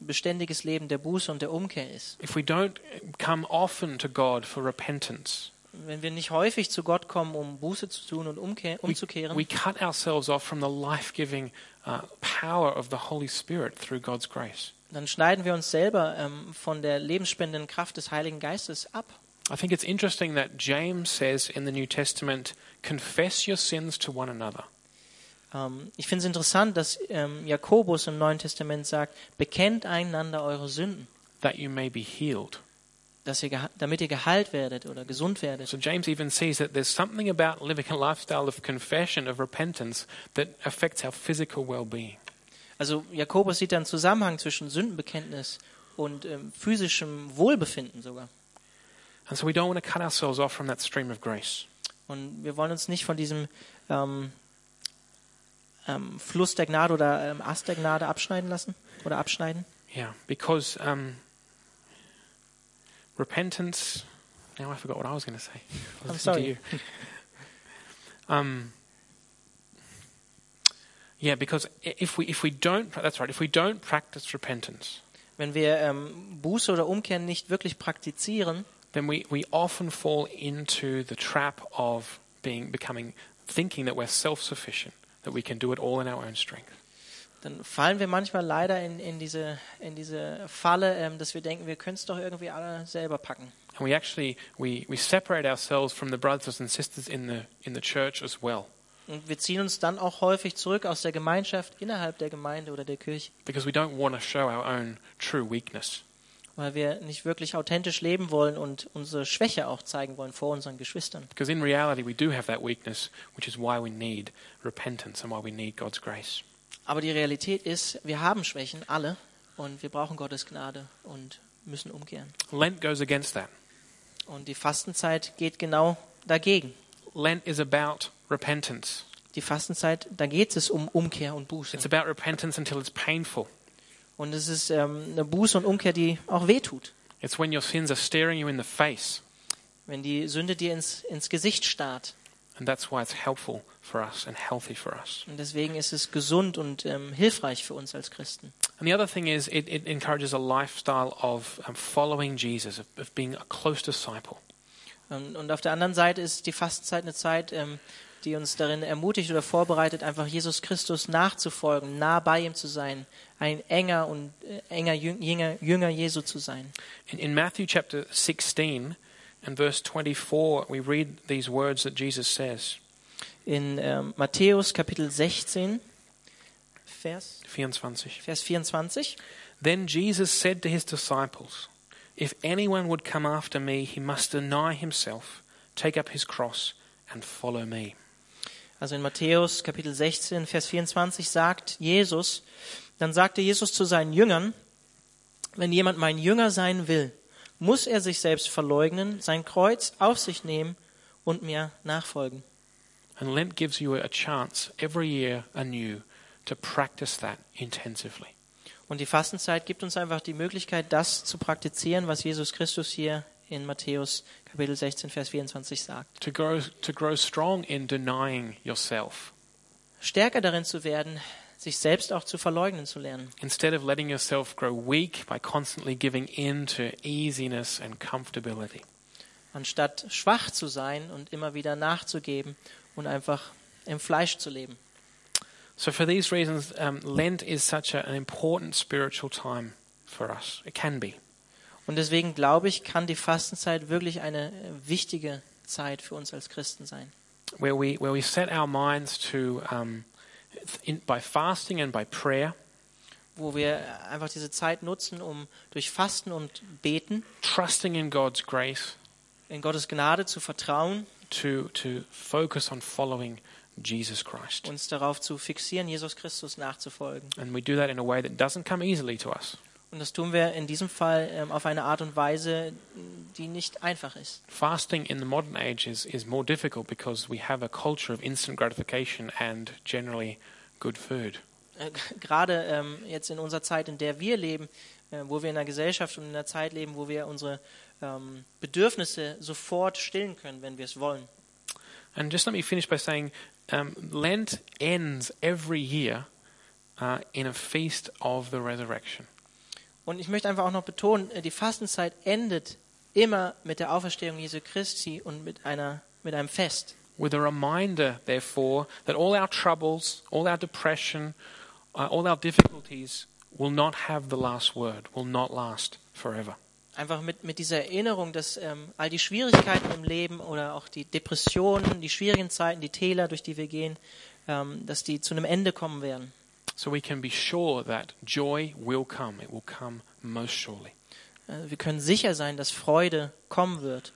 B: beständiges Leben der Buße und der Umkehr ist.
A: If we don't come often to God for repentance,
B: Wenn wir nicht häufig zu Gott kommen, um Buße zu tun und umkehr, umzukehren,
A: We cut ourselves off from the life giving uh, power of the Holy Spirit through God's grace.
B: dann schneiden wir uns selber ähm, von der lebensspendenden Kraft des Heiligen Geistes ab.
A: I think it's interesting that James says in the New Testament, confess your sins to one another.
B: Ähm, ich finde es interessant, dass ähm, Jakobus im Neuen Testament sagt, bekennt einander eure Sünden,
A: that you may be healed.
B: dass ihr geha- damit ihr geheilt werdet oder gesund werdet.
A: So James even sees that there's something about living a lifestyle of confession, of repentance, that affects our physical well being.
B: Also Jakobus sieht da einen Zusammenhang zwischen Sündenbekenntnis und ähm, physischem Wohlbefinden sogar.
A: And so we don't want to cut ourselves off from that stream of grace.
B: Und wir wollen uns nicht von diesem ähm, ähm, Fluss der Gnade oder ähm, Ast der Gnade abschneiden lassen oder abschneiden.
A: Yeah, because um, repentance. Now I forgot what I was going to say. I was
B: I'm
A: listening To you. um, yeah, because i- if we if we don't pra- that's right if we don't practice repentance,
B: Wenn wir ähm, Buße oder Umkehr nicht wirklich praktizieren,
A: then we, we often fall into the trap of being becoming thinking that we're self sufficient, that we can do it all in our own strength.
B: dann fallen wir manchmal leider in, in, diese, in diese Falle, ähm, dass wir denken, wir können es doch irgendwie alle selber packen.
A: And we actually we, we separate ourselves from the brothers and sisters in the in the church as well.
B: Und wir ziehen uns dann auch häufig zurück aus der Gemeinschaft innerhalb der Gemeinde oder der Kirche,
A: because we don't want to show our own true weakness.
B: weil wir nicht wirklich authentisch leben wollen und unsere Schwäche auch zeigen wollen vor unseren Geschwistern.
A: Because in reality, we do have that weakness, which is why we need repentance and why we need God's grace.
B: Aber die Realität ist, wir haben Schwächen, alle, und wir brauchen Gottes Gnade und müssen umkehren.
A: Lent goes against that.
B: Und die Fastenzeit geht genau dagegen.
A: Lent is about repentance.
B: Die Fastenzeit, da geht es um Umkehr und Buße.
A: It's about repentance until it's painful.
B: Und es ist ähm, eine Buße und Umkehr, die auch wehtut.
A: It's when your sins are staring you in the face,
B: Wenn die Sünde dir ins, ins Gesicht starrt.
A: and that's why it's helpful for us and healthy for us.
B: Und deswegen ist es gesund und ähm, hilfreich für uns als Christen.
A: And the other thing is, it, it encourages a lifestyle of um, following Jesus, of, of being a close disciple.
B: Und, Ähm, und auf der anderen Seite ist die Fastenzeit eine Zeit, ähm, die uns darin ermutigt oder vorbereitet, einfach Jesus Christus nachzufolgen, nah bei ihm zu sein, ein enger und äh, enger Jüng- Jünger, Jünger Jesu zu sein.
A: In, in Matthew chapter 16 and verse 24, we read these words that Jesus says.
B: In ähm, Matthäus Kapitel 16, Vers,
A: 24.
B: Vers 24.
A: Then Jesus said to his disciples, If anyone would come after me, he must deny himself, take up his cross, and follow me.
B: Also in Matthäus Kapitel 16, Vers 24 sagt Jesus, dann sagte Jesus zu seinen Jüngern, wenn jemand mein Jünger sein will, muss er sich selbst verleugnen, sein Kreuz auf sich nehmen und mir nachfolgen.
A: And Lent gives you a chance every year anew to practice that intensively.
B: Und die Fastenzeit gibt uns einfach die Möglichkeit, das zu praktizieren, was Jesus Christus hier in Matthäus Kapitel 16, Vers 24 sagt.
A: To grow, to grow strong in denying yourself,
B: Stärker darin zu werden, sich selbst auch zu verleugnen zu lernen.
A: instead of letting yourself grow weak by constantly giving in to easiness and comfortability.
B: anstatt schwach zu sein und immer wieder nachzugeben und einfach im Fleisch zu leben.
A: So, for these reasons, um, Lent is such a, an important spiritual time for us. It can be.
B: Und deswegen glaube ich, kann die Fastenzeit wirklich eine äh, wichtige Zeit für uns als Christen sein,
A: where we where we set our minds to um, in, by fasting and by prayer,
B: wo wir einfach diese Zeit nutzen, um durch Fasten und Beten
A: trusting in God's grace
B: in Gottes Gnade zu vertrauen,
A: to to focus on following Jesus Christ,
B: uns darauf zu fixieren, Jesus Christus nachzufolgen.
A: and we do that in a way that doesn't come easily to us.
B: Und das tun wir in diesem Fall ähm, auf eine Art und Weise, die nicht einfach ist.
A: Fasting in the modern age is, is more difficult because we have a culture of instant gratification and generally good food.
B: Äh, <laughs> gerade ähm, jetzt in unserer Zeit, in der wir leben, äh, wo wir in einer Gesellschaft und in einer Zeit leben, wo wir unsere ähm, Bedürfnisse sofort stillen können, wenn wir es wollen.
A: And just let me finish by saying, um, Lent ends every year uh, in a feast of the resurrection.
B: Und ich möchte einfach auch noch betonen, äh, die Fastenzeit endet immer mit der Auferstehung Jesu Christi und mit, einer, mit einem Fest.
A: with a reminder, therefore, that all our troubles, all our depression, uh, all our difficulties will not have the last word, will not last forever.
B: Einfach mit, mit dieser Erinnerung, dass ähm, all die Schwierigkeiten im Leben oder auch die Depressionen, die schwierigen Zeiten, die Täler, durch die wir gehen, ähm, dass die zu einem Ende kommen werden.
A: So we can be sure that joy will come. It will come most surely.
B: Äh, wir können sicher sein, dass Freude kommen wird.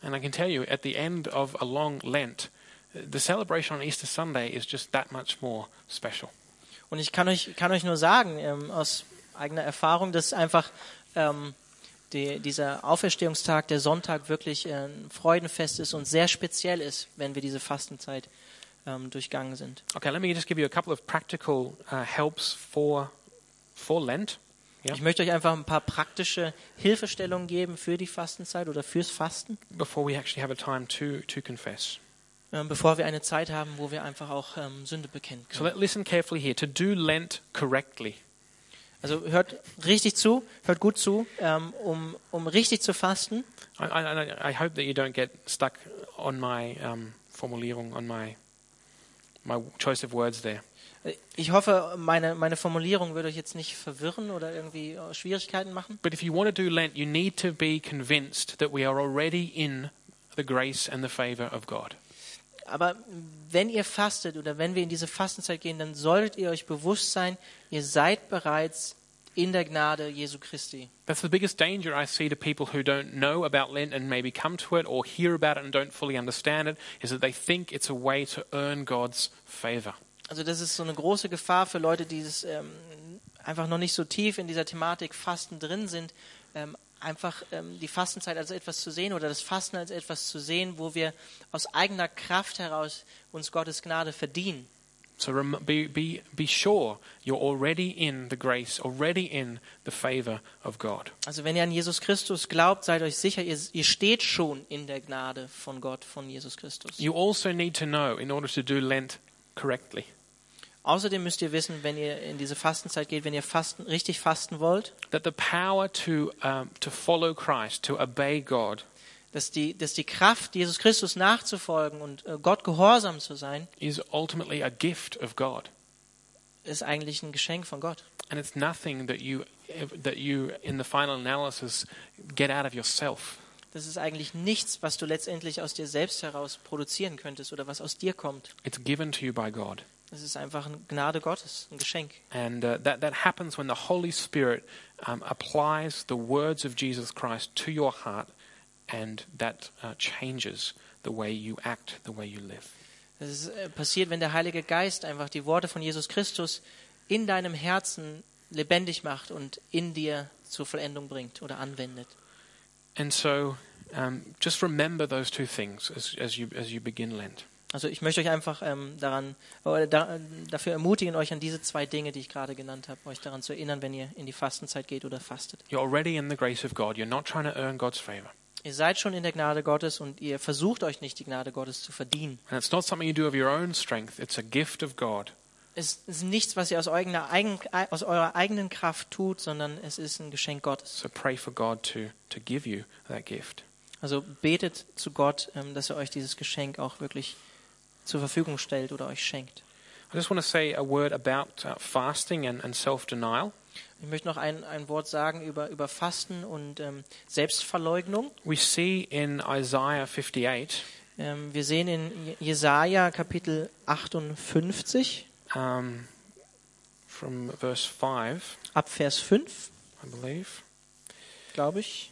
A: And I can tell you, at the end of a long Lent, the celebration on Easter Sunday is just that much more special.
B: Und ich kann euch, kann euch nur sagen, ähm, aus eigener Erfahrung, dass einfach ähm, die, dieser Auferstehungstag, der Sonntag, wirklich äh, ein Freudenfest ist und sehr speziell ist, wenn wir diese Fastenzeit ähm, durchgangen sind.
A: Okay, let me just give you a couple of practical uh, helps for for Lent.
B: Ich möchte euch einfach ein paar praktische Hilfestellungen geben für die Fastenzeit oder fürs Fasten,
A: before we actually have a time to, to confess.
B: ähm, bevor wir eine Zeit haben, wo wir einfach auch ähm, Sünde bekennen
A: So
B: können.
A: let, listen carefully here. To do Lent correctly,
B: Also hört richtig zu, hört gut zu, ähm, um, um richtig zu fasten.
A: I, I, I- I hope that you don't get stuck on my um, formulierung, on my my choice of words there.
B: Ich hoffe, meine, meine Formulierung wird euch jetzt nicht verwirren oder irgendwie äh, Schwierigkeiten machen.
A: But if you want to do Lent, you need to be convinced that we are already in the grace and the favor of God.
B: Aber wenn ihr fastet oder wenn wir in diese Fastenzeit gehen, dann solltet ihr euch bewusst sein, ihr seid bereits in der Gnade Jesu Christi.
A: That's the biggest danger I see to people who don't know about Lent and maybe come to it or hear about it and don't fully understand it, is that they think it's a way to earn God's favor.
B: Also das ist so eine große Gefahr für Leute, die es, ähm, einfach noch nicht so tief in dieser Thematik Fasten drin sind, ähm, einfach ähm, die Fastenzeit als etwas zu sehen oder das Fasten als etwas zu sehen, wo wir aus eigener Kraft heraus uns Gottes Gnade verdienen.
A: So rem- be, be, be sure you're already in the grace, already in the favor of God.
B: Also wenn ihr an Jesus Christus glaubt, seid euch sicher, ihr, ihr steht schon in der Gnade von Gott, von Jesus Christus.
A: You also need to know, in order to do Lent correctly,
B: Außerdem müsst ihr wissen, wenn ihr in diese Fastenzeit geht, wenn ihr fasten, richtig fasten wollt,
A: that the power to, um, to follow Christ, to obey God,
B: dass die, dass die Kraft, Jesus Christus nachzufolgen und äh, Gott gehorsam zu sein,
A: is ultimately a gift of God.
B: ist eigentlich ein Geschenk von Gott.
A: And it's nothing that you, that you, in the final analysis, get out of yourself.
B: Das ist eigentlich nichts, was du letztendlich aus dir selbst heraus produzieren könntest oder was aus dir kommt.
A: It's given to you by God.
B: Das ist einfach eine Gnade Gottes, ein Geschenk.
A: And uh, that, that happens when the Holy Spirit um, applies the words of Jesus Christ to your heart, and that uh, changes the way you act, the way you live.
B: Das ist, äh, passiert, wenn der Heilige Geist einfach die Worte von Jesus Christus in deinem Herzen lebendig macht und in dir zur Vollendung bringt oder anwendet.
A: And so um, just remember those two things as, as, you, as you begin Lent.
B: Also ich möchte euch einfach ähm, daran, oder da, dafür ermutigen, euch an diese zwei Dinge, die ich gerade genannt habe, euch daran zu erinnern, wenn ihr in die Fastenzeit geht oder fastet.
A: You're already in the grace of God, you're not trying to earn God's favor.
B: Ihr seid schon in der Gnade Gottes und ihr versucht euch nicht, die Gnade Gottes zu verdienen.
A: And it's not something you do of your own strength, it's a gift of God.
B: Es ist nichts, was ihr aus, eigener, eigen, aus eurer eigenen Kraft tut, sondern es ist ein Geschenk Gottes.
A: So pray for God to, to give you that gift.
B: Also betet zu Gott, ähm, dass er euch dieses Geschenk auch wirklich zur Verfügung stellt oder euch schenkt.
A: I just want to say a word about uh, fasting and, and self denial.
B: Ich möchte noch ein, ein Wort sagen über, über Fasten und ähm, Selbstverleugnung.
A: We see in Isaiah 58,
B: Ähm, wir sehen in Je- Jesaja Kapitel 58
A: um, from verse 5,
B: ab Vers 5,
A: I believe,
B: glaube ich,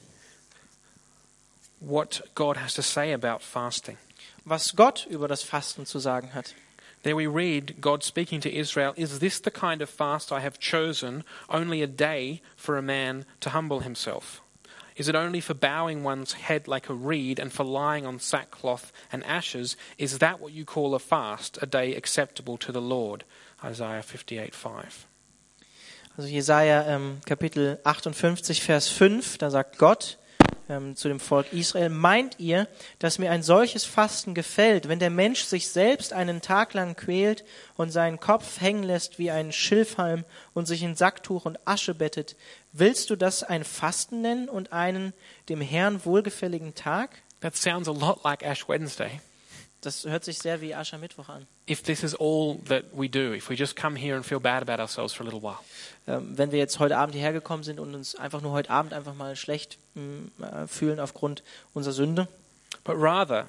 A: what God has to say about fasting.
B: was Gott über das Fasten zu sagen hat.
A: There we read God speaking to Israel, Is this the kind of fast I have chosen, only a day for a man to humble himself? Is it only for bowing one's head like a reed and for lying on sackcloth and ashes? Is that what you call a fast, a day acceptable to the Lord? Isaiah 58 5.
B: Also Jesaja ähm, Kapitel 58, Vers 5, da sagt Gott ähm, zu dem Volk Israel, meint ihr, dass mir ein solches Fasten gefällt, wenn der Mensch sich selbst einen Tag lang quält und seinen Kopf hängen lässt wie einen Schilfhalm und sich in Sacktuch und Asche bettet? Willst du das ein Fasten nennen und einen dem Herrn wohlgefälligen Tag?
A: That sounds a lot like Ash Wednesday.
B: Das hört sich sehr wie Aschermittwoch an.
A: if this is all that we do, if we just come here and feel bad about ourselves for a little while.
B: Ähm, wenn wir jetzt heute Abend hierher gekommen sind und uns einfach nur heute Abend einfach mal schlecht mh, äh, fühlen aufgrund unserer Sünde,
A: But rather,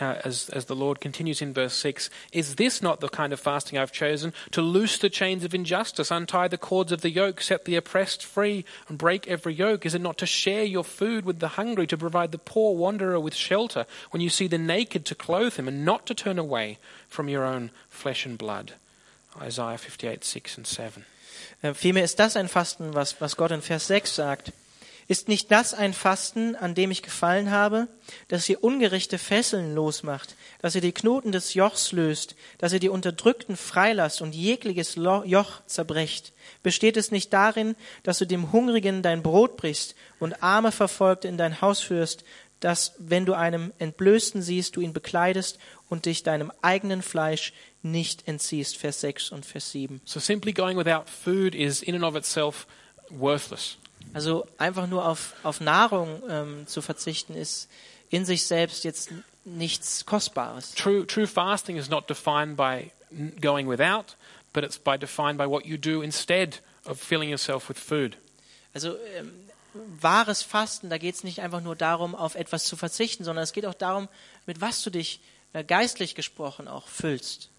A: uh, as, as the Lord continues in verse 6, is this not the kind of fasting I've chosen? To loose the chains of injustice, untie the cords of the yoke, set the oppressed free, and break every yoke? Is it not to share your food with the hungry, to provide the poor wanderer with shelter, when you see the naked, to clothe him, and not to turn away from your own flesh and blood? Isaiah 58, 6 and 7.
B: Äh, Vielmehr ist das ein Fasten, was, was Gott in Vers 6 sagt. Ist nicht das ein Fasten, an dem ich gefallen habe, dass ihr ungerechte Fesseln losmacht, dass ihr die Knoten des Jochs löst, dass ihr die Unterdrückten freilasst und jegliches Lo- Joch zerbrecht? Besteht es nicht darin, dass du dem Hungrigen dein Brot brichst und arme Verfolgte in dein Haus führst, dass, wenn du einem Entblößten siehst, du ihn bekleidest und dich deinem eigenen Fleisch nicht entziehst? Vers 6 und Vers 7.
A: So simply going without food is, in and of itself, worthless.
B: Also einfach nur auf, auf Nahrung ähm, zu verzichten, ist in sich selbst jetzt n- nichts Kostbares.
A: True, true fasting is not defined by n- going without, but it's by defined by what you do instead of filling yourself with food.
B: Also ähm, wahres Fasten, da geht es nicht einfach nur darum, auf etwas zu verzichten, sondern es geht auch darum, mit was du dich äh, geistlich gesprochen auch füllst.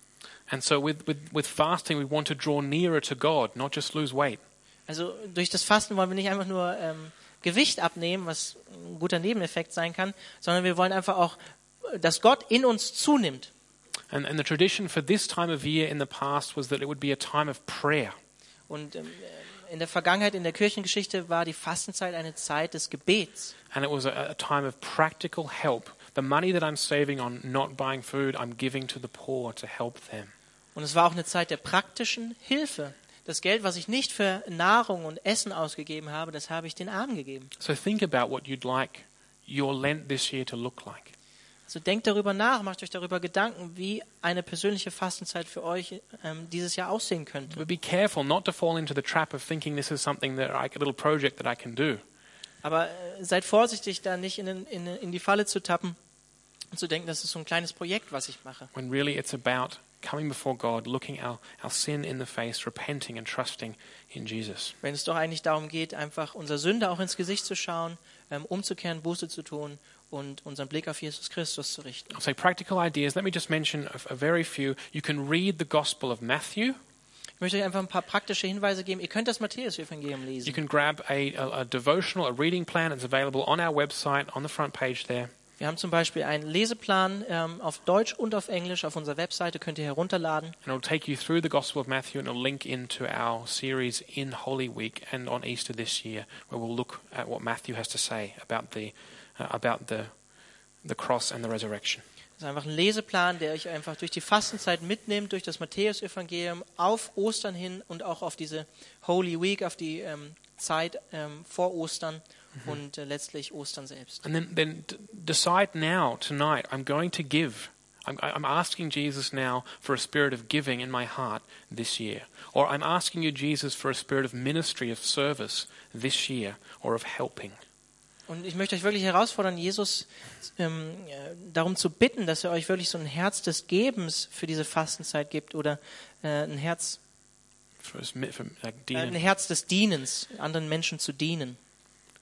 A: And so, with, with, with fasting, we want to draw nearer to God, not just lose weight.
B: Also durch das Fasten wollen wir nicht einfach nur ähm, Gewicht abnehmen, was ein guter Nebeneffekt sein kann, sondern wir wollen einfach auch, äh, dass Gott in uns zunimmt.
A: And, and the tradition for this time of year in the past was that it would be a time of prayer.
B: Und ähm, äh, in der Vergangenheit, in der Kirchengeschichte, war die Fastenzeit eine Zeit des Gebets.
A: And it was a, a time of practical help. The money that I'm saving on not buying food, I'm giving to the poor to help them.
B: Und es war auch eine Zeit der praktischen Hilfe. Das Geld, was ich nicht für Nahrung und Essen ausgegeben habe, das habe ich den Armen gegeben.
A: So, think about what you'd like your Lent this year to look like.
B: Also denkt darüber nach, macht euch darüber Gedanken, wie eine persönliche Fastenzeit für euch ähm, dieses Jahr aussehen könnte.
A: But be careful not to fall into the trap of thinking this is something that I, a little project that I can do.
B: Aber äh, seid vorsichtig, da nicht in, den, in, den- in die Falle zu tappen und zu denken, das ist so ein kleines Projekt, was ich mache.
A: When really it's about coming before God, looking our, our sin in the face, repenting and trusting in Jesus.
B: Wenn es doch eigentlich darum geht, einfach unserer Sünde auch ins Gesicht zu schauen, ähm, umzukehren, Buße zu tun und unseren Blick auf Jesus Christus zu richten.
A: I'll say practical ideas. Let me just mention a, a very few. You can read the Gospel of Matthew.
B: Ich möchte euch einfach ein paar praktische Hinweise geben. Ihr könnt das Matthäus-Evangelium
A: You
B: lesen.
A: can grab a, a, a devotional, a reading plan. It's available on our website on the front page there.
B: Wir haben zum Beispiel einen Leseplan ähm, auf Deutsch und auf Englisch auf unserer Webseite, könnt ihr herunterladen.
A: And it'll take you through the Gospel of Matthew and it'll link into our series in Holy Week and on Easter this year, where we'll look at what Matthew has to say about the uh, about the the cross and the resurrection.
B: Das ist einfach ein Leseplan, der euch einfach durch die Fastenzeit mitnimmt, durch das Matthäus-Evangelium, auf Ostern hin und auch auf diese Holy Week, auf die ähm, Zeit ähm, vor Ostern und äh, letztlich Ostern selbst.
A: And then then d- decide now tonight. I'm going to give. I'm, I'm asking Jesus now for a spirit of giving in my heart this year, or I'm asking you, Jesus, for a spirit of ministry, of service this year, or of helping.
B: Und ich möchte euch wirklich herausfordern, Jesus ähm, äh, darum zu bitten, dass er euch wirklich so ein Herz des Gebens für diese Fastenzeit gibt oder äh, ein Herz
A: For, us- for like
B: Äh, ein
A: Dean.
B: Herz des Dienens, anderen Menschen zu dienen.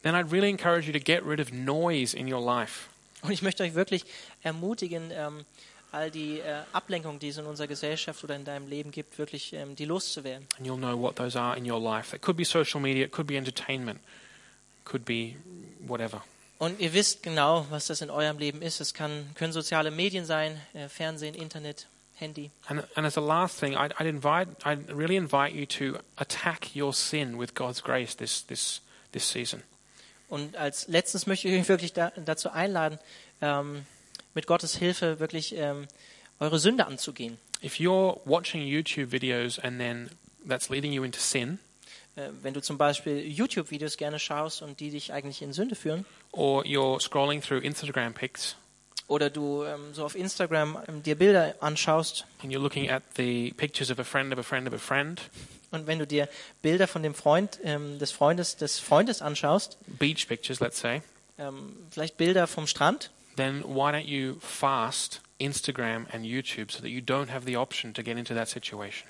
A: Then I'd really encourage you to get rid of noise in your life.
B: Und ich möchte euch wirklich ermutigen, ähm, all die äh, Ablenkung, die es in unserer Gesellschaft oder in deinem Leben gibt, wirklich ähm, die loszuwerden.
A: and you'll know what those are in your life. It could be social media, it could be entertainment, could be whatever.
B: Und ihr wisst genau, was das in eurem Leben ist. Es kann, können soziale Medien sein, äh, Fernsehen, Internet, Handy.
A: And, and as a last thing, I'd, I'd invite, I'd really invite you to attack your sin with God's grace this this this season.
B: Und als letztes möchte ich euch wirklich da, dazu einladen, ähm, mit Gottes Hilfe wirklich ähm, eure Sünde anzugehen.
A: If you're watching YouTube videos and then that's leading you into sin,
B: Äh, wenn du zum Beispiel YouTube-Videos gerne schaust und die dich eigentlich in Sünde führen,
A: or you're scrolling through Instagram pics
B: oder du ähm, so auf Instagram ähm, dir Bilder anschaust
A: and you're looking at the pictures of a friend of a friend of a friend,
B: und wenn du dir Bilder von dem Freund ähm, des Freundes des Freundes anschaust,
A: beach pictures, let's say,
B: ähm, vielleicht Bilder vom Strand,
A: then why don't you fast Instagram and YouTube so that you don't have the option to get into that situation.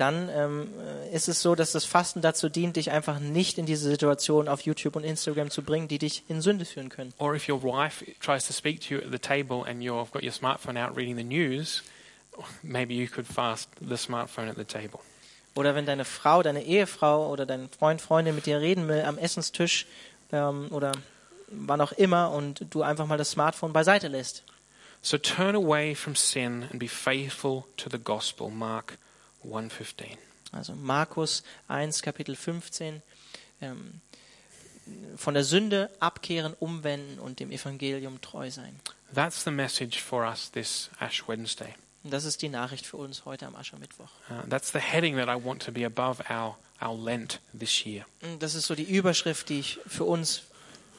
B: dann ähm, ist es so, dass das Fasten dazu dient, dich einfach nicht in diese Situation auf YouTube und Instagram zu bringen, die dich in Sünde führen können.
A: Or if your wife tries to speak to you at the table and you've got your smartphone out reading the news, maybe you could fast the smartphone at the table.
B: Oder wenn deine Frau, deine Ehefrau oder dein Freund, Freundin mit dir reden will am Essenstisch ähm, oder wann auch immer und du einfach mal das Smartphone beiseite lässt.
A: So turn away from sin and be faithful to the gospel. Mark 1:15.
B: Also Markus 1, Kapitel 15. Ähm, von der Sünde abkehren, umwenden und dem Evangelium treu sein.
A: That's the message for us this Ash Wednesday.
B: Und das ist die Nachricht für uns heute am Aschermittwoch.
A: Uh, that's the heading that I want to be above our, our Lent this year.
B: Und Das ist so die Überschrift, die ich für uns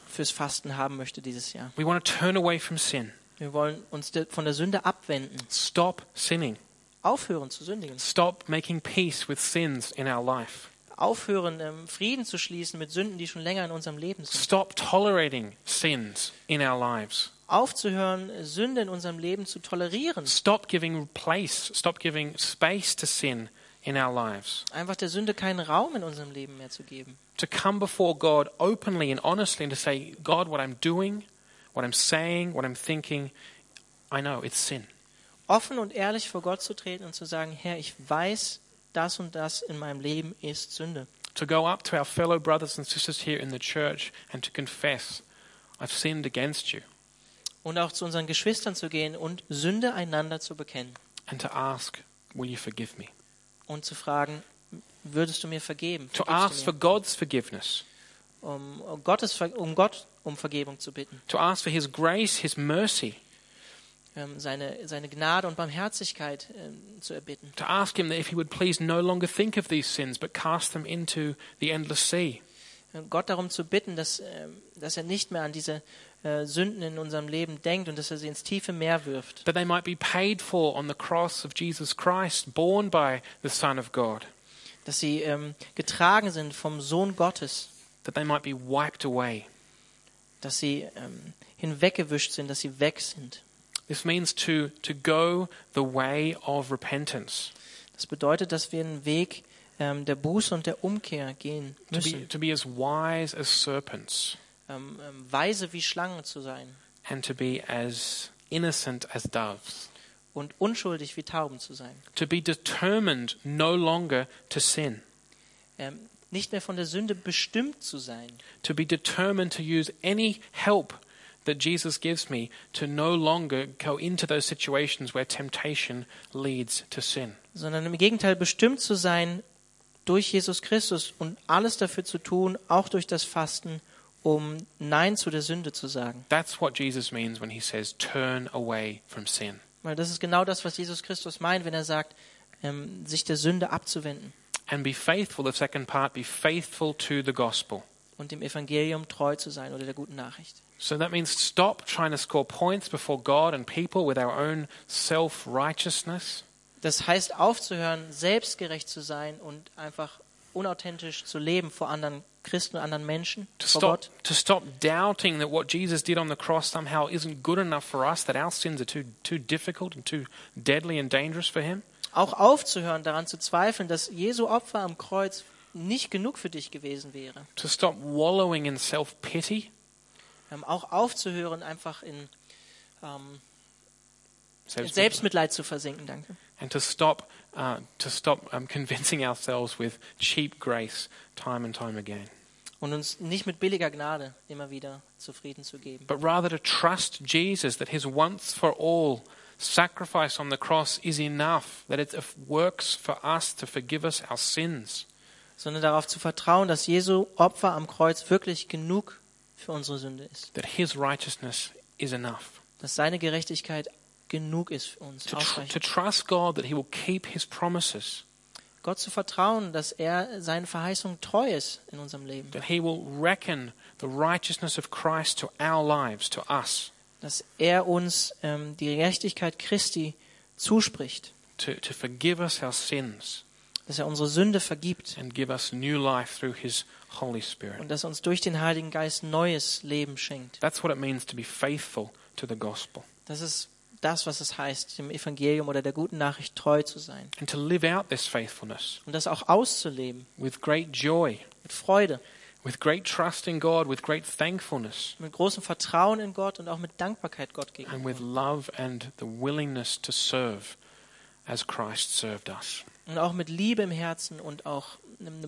B: fürs Fasten haben möchte dieses Jahr.
A: We want to turn away from sin.
B: Wir wollen uns de- von der Sünde abwenden,
A: Stop sinning.
B: aufhören zu sündigen,
A: Stop making peace with sins in our life.
B: aufhören, ähm, Frieden zu schließen mit Sünden, die schon länger in unserem Leben sind,
A: Stop tolerating sins in our lives.
B: aufzuhören, äh, Sünde in unserem Leben zu tolerieren,
A: Stop giving place, stop giving space to sin in our lives.
B: einfach der Sünde keinen Raum in unserem Leben mehr zu geben,
A: To come before God openly and honestly and to say, God, what I'm doing, what I'm saying, what I'm thinking, I know it's sin.
B: offen und ehrlich vor Gott zu treten und zu sagen, Herr, ich weiß, das und das in meinem Leben ist Sünde.
A: to go up to our fellow brothers and sisters here in the church and to confess, I've sinned against you,
B: Und auch zu unseren Geschwistern zu gehen und Sünde einander zu bekennen
A: and to ask, Will you forgive me?
B: und zu fragen, würdest du mir vergeben?
A: To
B: Vergibst du
A: ask for
B: mir?
A: God's forgiveness,
B: um, um Gottes, Ver- um Gott um Vergebung zu bitten,
A: to ask for His grace, His mercy,
B: ähm, seine, seine Gnade und Barmherzigkeit ähm, zu erbitten,
A: to ask Him that if He would please no longer think of these sins but cast them into the endless sea,
B: ähm, Gott darum zu bitten, dass, ähm, dass er nicht mehr an diese äh, Sünden in unserem Leben denkt und dass er sie ins tiefe Meer wirft,
A: that they might be paid for on the cross of Jesus Christ, borne by the Son of God,
B: dass sie ähm, getragen sind vom Sohn Gottes,
A: that they might be wiped away.
B: dass sie ähm, hinweggewischt sind, dass sie weg sind.
A: This means to, to go the way of repentance.
B: Das bedeutet, dass wir einen Weg ähm, der Buße und der Umkehr gehen
A: to be,
B: müssen,
A: to be as wise as serpents
B: ähm, ähm, weise wie Schlangen zu sein
A: and to be as innocent as doves,
B: und unschuldig wie Tauben zu sein.
A: to be determined no longer to sin,
B: ähm, nicht mehr von der Sünde bestimmt zu sein,
A: to be determined to use any help that Jesus gives me to no longer go into those situations where temptation leads to sin.
B: sondern im Gegenteil bestimmt zu sein durch Jesus Christus und alles dafür zu tun, auch durch das Fasten, um Nein zu der Sünde zu sagen.
A: That's what Jesus means when he says, turn away from sin.
B: Weil das ist genau das, was Jesus Christus meint, wenn er sagt, ähm, sich der Sünde abzuwenden
A: And be faithful, the second part, be faithful to the gospel.
B: und dem Evangelium treu zu sein oder der guten Nachricht.
A: So that means stop trying to score points before God and people with our own self righteousness.
B: Das heißt aufzuhören, selbstgerecht zu sein und einfach unauthentisch zu leben vor anderen Christen und anderen Menschen,
A: To
B: vor
A: stop,
B: Gott.
A: to stop doubting that what Jesus did on the cross somehow isn't good enough for us, that our sins are too, too difficult and too deadly and dangerous for Him.
B: auch aufzuhören, daran zu zweifeln, dass Jesu Opfer am Kreuz nicht genug für dich gewesen wäre.
A: To stop wallowing in self pity.
B: Ähm, auch aufzuhören, einfach in, ähm, in Selbstmitleid zu versinken, danke.
A: And to stop, uh, to stop um, <laughs> convincing ourselves with cheap grace time and time again.
B: Und uns nicht mit billiger Gnade immer wieder zufrieden zu geben.
A: but rather to trust Jesus that his once for all sacrifice on the cross is enough, that it works for us to forgive us our sins,
B: Sondern darauf zu vertrauen, dass Jesu Opfer am Kreuz wirklich genug für unsere Sünde ist.
A: that his righteousness is enough.
B: Dass seine Gerechtigkeit genug ist für uns.
A: To, tr- to
B: Ausreichend.
A: trust God that he will keep his promises,
B: Gott zu vertrauen, dass er seinen Verheißungen treu ist in unserem Leben.
A: that he will reckon the righteousness of Christ to our lives, to us,
B: Dass er uns ähm, die Gerechtigkeit Christi zuspricht.
A: to, to forgive us our sins
B: dass er unsere Sünde vergibt
A: and give us new life through his Holy Spirit.
B: und dass er uns durch den Heiligen Geist neues Leben schenkt.
A: That's what it means to be faithful to the gospel.
B: Das ist das, was es heißt, dem Evangelium oder der guten Nachricht treu zu sein
A: and to live out this faithfulness
B: und das auch auszuleben
A: with great joy,
B: mit Freude,
A: with great trust in God, with great thankfulness,
B: mit großem Vertrauen in Gott und auch mit Dankbarkeit Gott
A: and
B: gegenüber
A: with love and the willingness to serve as Christ served us.
B: und auch mit Liebe im Herzen und auch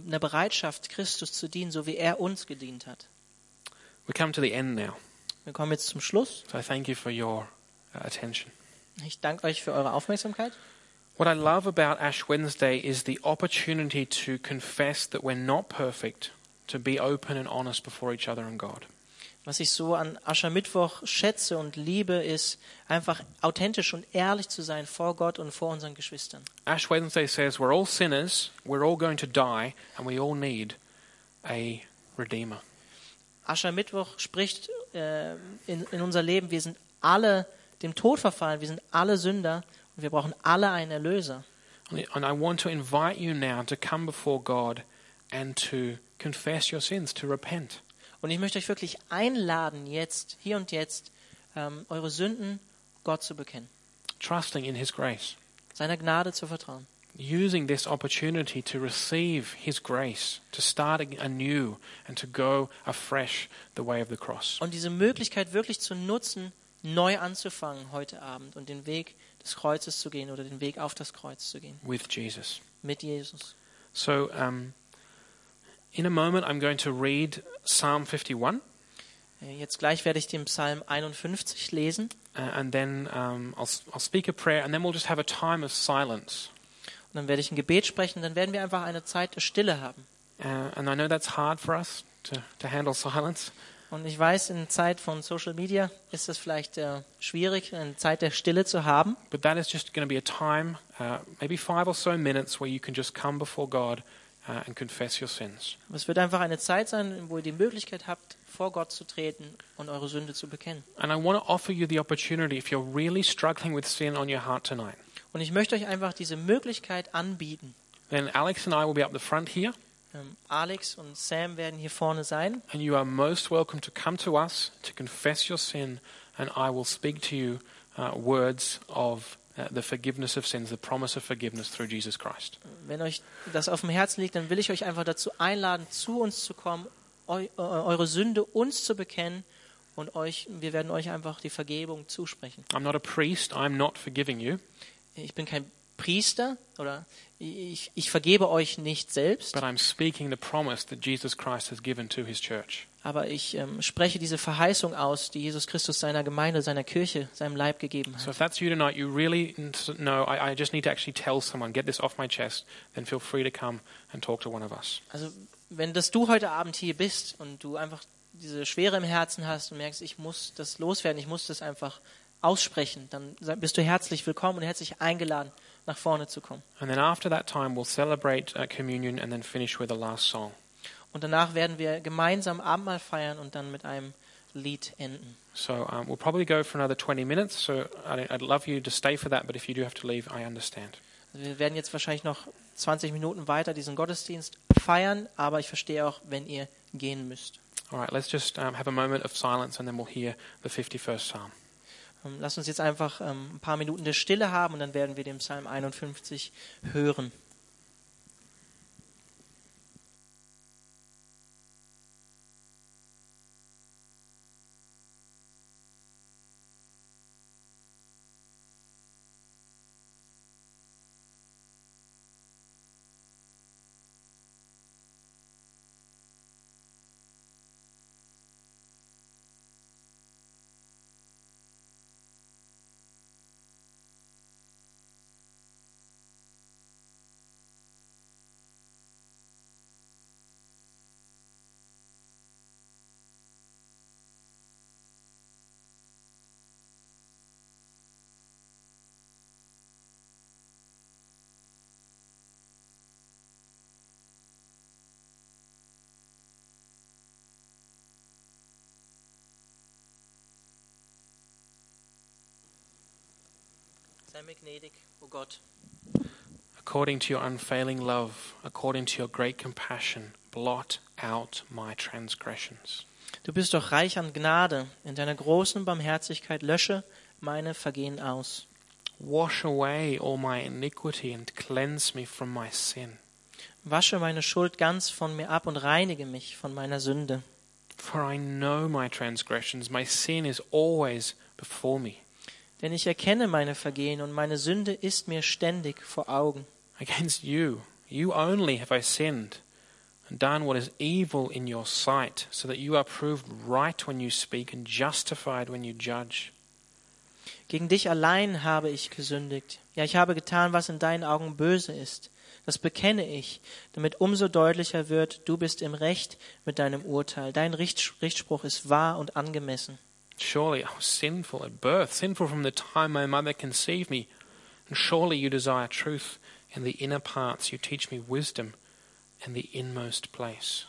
B: einer Bereitschaft, Christus zu dienen, so wie er uns gedient hat.
A: We come to the end now,
B: Wir kommen jetzt zum Schluss.
A: so I thank you for your uh, attention.
B: Ich danke euch für eure Aufmerksamkeit.
A: What I love about Ash Wednesday is the opportunity to confess that we're not perfect, to be open and honest before each other and God.
B: Was ich so an Aschermittwoch schätze und liebe, ist einfach authentisch und ehrlich zu sein vor Gott und vor unseren Geschwistern.
A: Ash Wednesday says we're all sinners, we're all going to die, and we all need a Redeemer.
B: Aschermittwoch spricht äh, in, in unser Leben, wir sind alle dem Tod verfallen, wir sind alle Sünder und wir brauchen alle einen Erlöser.
A: And I want to invite you now to come before God and to confess your sins, to repent.
B: Und ich möchte euch wirklich einladen, jetzt, hier und jetzt, ähm, eure Sünden Gott zu bekennen,
A: trusting in His grace,
B: seiner Gnade zu vertrauen.
A: using this opportunity to receive His grace, to start ag- anew and to go afresh the way of the cross.
B: Und diese Möglichkeit wirklich zu nutzen, neu anzufangen heute Abend und den Weg des Kreuzes zu gehen oder den Weg auf das Kreuz zu gehen
A: with Jesus.
B: mit Jesus.
A: So, um, in a moment, I'm going to read Psalm 51,
B: Äh, Jetzt gleich werde ich den Psalm 51 lesen
A: uh, and then um, I'll, I'll speak a prayer, and then we'll just have a time of silence.
B: und dann werde ich ein Gebet sprechen und dann werden wir einfach eine Zeit der Stille haben.
A: Uh, and I know that's hard for us to, to handle silence,
B: Und ich weiß, in Zeit von Social Media ist es vielleicht äh, schwierig, eine Zeit der Stille zu haben.
A: but that is just going to be a time, uh, maybe five or so minutes, where you can just come before God uh, and confess your sins.
B: Aber es wird einfach eine Zeit sein, wo ihr die Möglichkeit habt, vor Gott zu treten und eure Sünde zu bekennen.
A: And I want to offer you the opportunity, if you're really struggling with sin on your heart tonight,
B: Und ich möchte euch einfach diese Möglichkeit anbieten.
A: then Alex and I will be up the front here.
B: Ähm, Alex und Sam werden hier vorne sein.
A: And you are most welcome to come to us to confess your sin, and I will speak to you uh, words of uh, the forgiveness of sins, the promise of forgiveness through Jesus Christ.
B: Wenn euch das auf dem Herzen liegt, dann will ich euch einfach dazu einladen, zu uns zu kommen, eu eu- eure Sünde uns zu bekennen und euch, wir werden euch einfach die Vergebung zusprechen.
A: I'm not a priest, I'm not forgiving you,
B: Ich bin kein Priester oder ich, ich vergebe euch nicht selbst,
A: but I'm speaking the promise that Jesus Christ has given to his church.
B: aber ich ähm, spreche diese Verheißung aus, die Jesus Christus seiner Gemeinde, seiner Kirche, seinem Leib gegeben hat.
A: So if that's you tonight, you really n- know, I, I just need to actually tell someone, get this off my chest, then feel free to come and talk to one of us.
B: Also wenn das du heute Abend hier bist und du einfach diese Schwere im Herzen hast und merkst, ich muss das loswerden, ich muss das einfach aussprechen, dann sei- bist du herzlich willkommen und herzlich eingeladen, nach vorne zu kommen.
A: And then after that time, we'll celebrate uh, communion and then finish with the last song.
B: Und danach werden wir gemeinsam Abendmahl feiern und dann mit einem Lied enden.
A: So um, we'll probably go for another 20 minutes. So I'd, I'd love you to stay for that, but if you do have to leave, I understand.
B: Also wir werden jetzt wahrscheinlich noch 20 Minuten weiter diesen Gottesdienst feiern, aber ich verstehe auch, wenn ihr gehen müsst.
A: All right, let's just um, have a moment of silence and then we'll hear the 51st Psalm.
B: Ähm, Lasst uns jetzt einfach ähm, ein paar Minuten der Stille haben und dann werden wir den Psalm 51 hören. Sei mir gnädig, o Gott.
A: According to your unfailing love, according to your great compassion, blot out my transgressions.
B: Du bist doch reich an Gnade. In deiner großen Barmherzigkeit lösche meine Vergehen aus.
A: Wash away all my iniquity and cleanse me from my sin.
B: Wasche meine Schuld ganz von mir ab und reinige mich von meiner Sünde.
A: For I know my transgressions, my sin is always before me.
B: Denn ich erkenne meine Vergehen und meine Sünde ist mir ständig vor Augen.
A: Against you, you only have I sinned, and done what is evil in your sight, so that you are proved right when you speak and justified when you judge.
B: Gegen dich allein habe ich gesündigt. Ja, ich habe getan, was in deinen Augen böse ist. Das bekenne ich, damit umso deutlicher wird, du bist im Recht mit deinem Urteil. Dein Richt- Richtspruch ist wahr und angemessen.
A: Surely I was sinful at birth, sinful from the time my mother conceived me. And surely you desire truth in the inner parts, you teach me wisdom in the inmost place.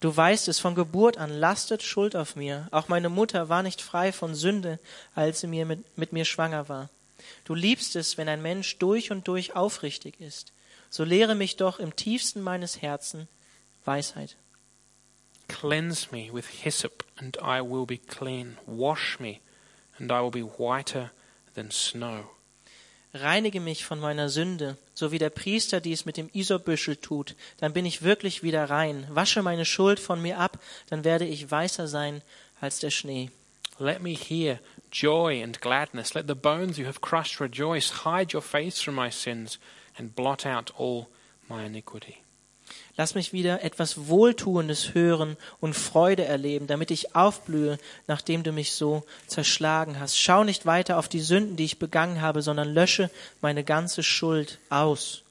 B: Du weißt es, von Geburt an lastet Schuld auf mir. Auch meine Mutter war nicht frei von Sünde, als sie mir mit, mit mir schwanger war. Du liebst es, wenn ein Mensch durch und durch aufrichtig ist. So lehre mich doch im tiefsten meines Herzens Weisheit.
A: Cleanse me with hyssop, and I will be clean. Wash me, and I will be whiter than snow.
B: Reinige mich von meiner Sünde, so wie der Priester dies mit dem Isorbüschel tut, dann bin ich wirklich wieder rein. Wasche meine Schuld von mir ab, dann werde ich weißer sein als der Schnee.
A: Let me hear joy and gladness. Let the bones you have crushed rejoice. Hide your face from my sins, and blot out all my iniquity.
B: Lass mich wieder etwas Wohltuendes hören und Freude erleben, damit ich aufblühe, nachdem du mich so zerschlagen hast. Schau nicht weiter auf die Sünden, die ich begangen habe, sondern lösche meine ganze Schuld aus.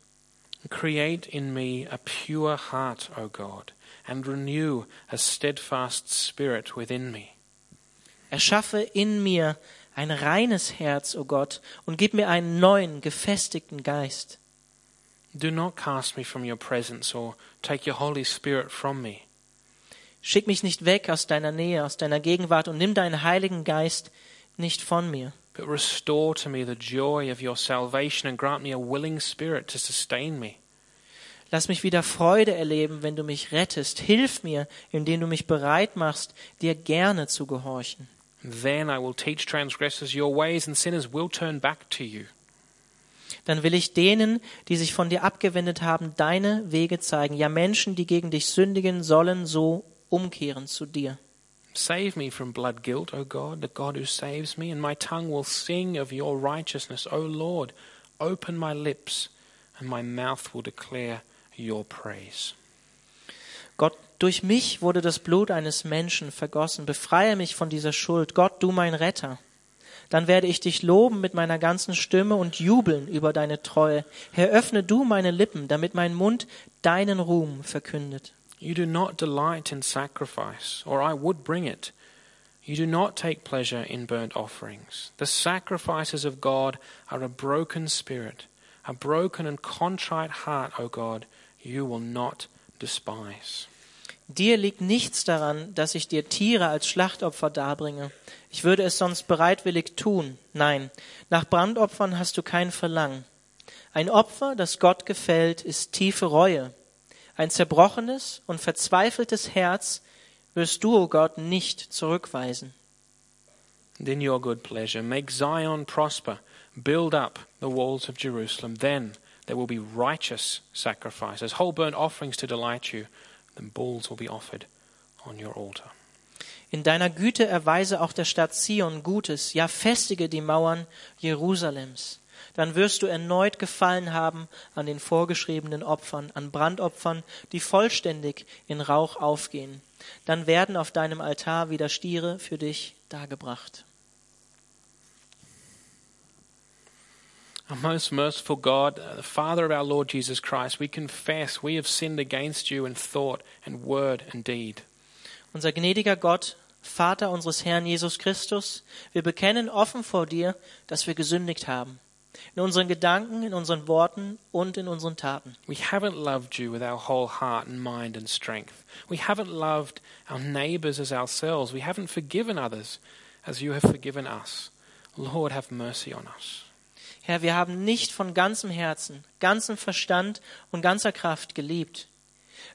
A: Create in me a pure heart, O God, and renew a steadfast spirit within me.
B: Erschaffe in mir ein reines Herz, o Gott, und gib mir einen neuen, gefestigten Geist.
A: Do not cast me from your presence or take your Holy Spirit from me.
B: Schick mich nicht weg aus deiner Nähe, aus deiner Gegenwart und nimm deinen Heiligen Geist nicht von mir.
A: But restore to me the joy of your salvation and grant me a willing spirit to sustain me.
B: Lass mich wieder Freude erleben, wenn du mich rettest. Hilf mir, indem du mich bereit machst, dir gerne zu gehorchen.
A: Then I will teach transgressors your ways, and sinners will turn back to you.
B: Dann will ich denen, die sich von dir abgewendet haben, deine Wege zeigen. Ja, Menschen, die gegen dich sündigen, sollen so umkehren zu dir.
A: Save me from blood guilt, O God, the God who saves me, and my tongue will sing of your righteousness. O Lord, open my lips, and my mouth will declare your praise.
B: Gott, durch mich wurde das Blut eines Menschen vergossen. Befreie mich von dieser Schuld. Gott, du mein Retter. Dann werde ich dich loben mit meiner ganzen Stimme und jubeln über deine Treue. Herr, öffne du meine Lippen, damit mein Mund deinen Ruhm verkündet.
A: You do not delight in sacrifice, or I would bring it. You do not take pleasure in burnt offerings. The sacrifices of God are a broken spirit, a broken and contrite heart, O God, you will not despise.
B: Dir liegt nichts daran, dass ich dir Tiere als Schlachtopfer darbringe. Ich würde es sonst bereitwillig tun. Nein, nach Brandopfern hast du kein Verlangen. Ein Opfer, das Gott gefällt, ist tiefe Reue. Ein zerbrochenes und verzweifeltes Herz wirst du, o Gott, nicht zurückweisen.
A: Then your good pleasure, make Zion prosper, build up the walls of Jerusalem. Then there will be righteous sacrifices, whole burnt offerings to delight you. Then bulls will be offered on your altar.
B: In deiner Güte erweise auch der Stadt Zion Gutes, ja festige die Mauern Jerusalems. Dann wirst du erneut Gefallen haben an den vorgeschriebenen Opfern, an Brandopfern, die vollständig in Rauch aufgehen. Dann werden auf deinem Altar wieder Stiere für dich dargebracht.
A: Our most merciful God, uh, the Father of our Lord Jesus Christ, we confess we have sinned against you in thought and word and deed.
B: Unser gnädiger Gott, Vater unseres Herrn Jesus Christus, wir bekennen offen vor dir, dass wir gesündigt haben. In unseren Gedanken, in unseren Worten und in unseren Taten.
A: We haven't loved you with our whole heart and mind and strength. We haven't loved our neighbors as ourselves. We haven't forgiven others as you have forgiven us. Lord, have mercy on us.
B: Herr, wir haben nicht von ganzem Herzen, ganzem Verstand und ganzer Kraft geliebt.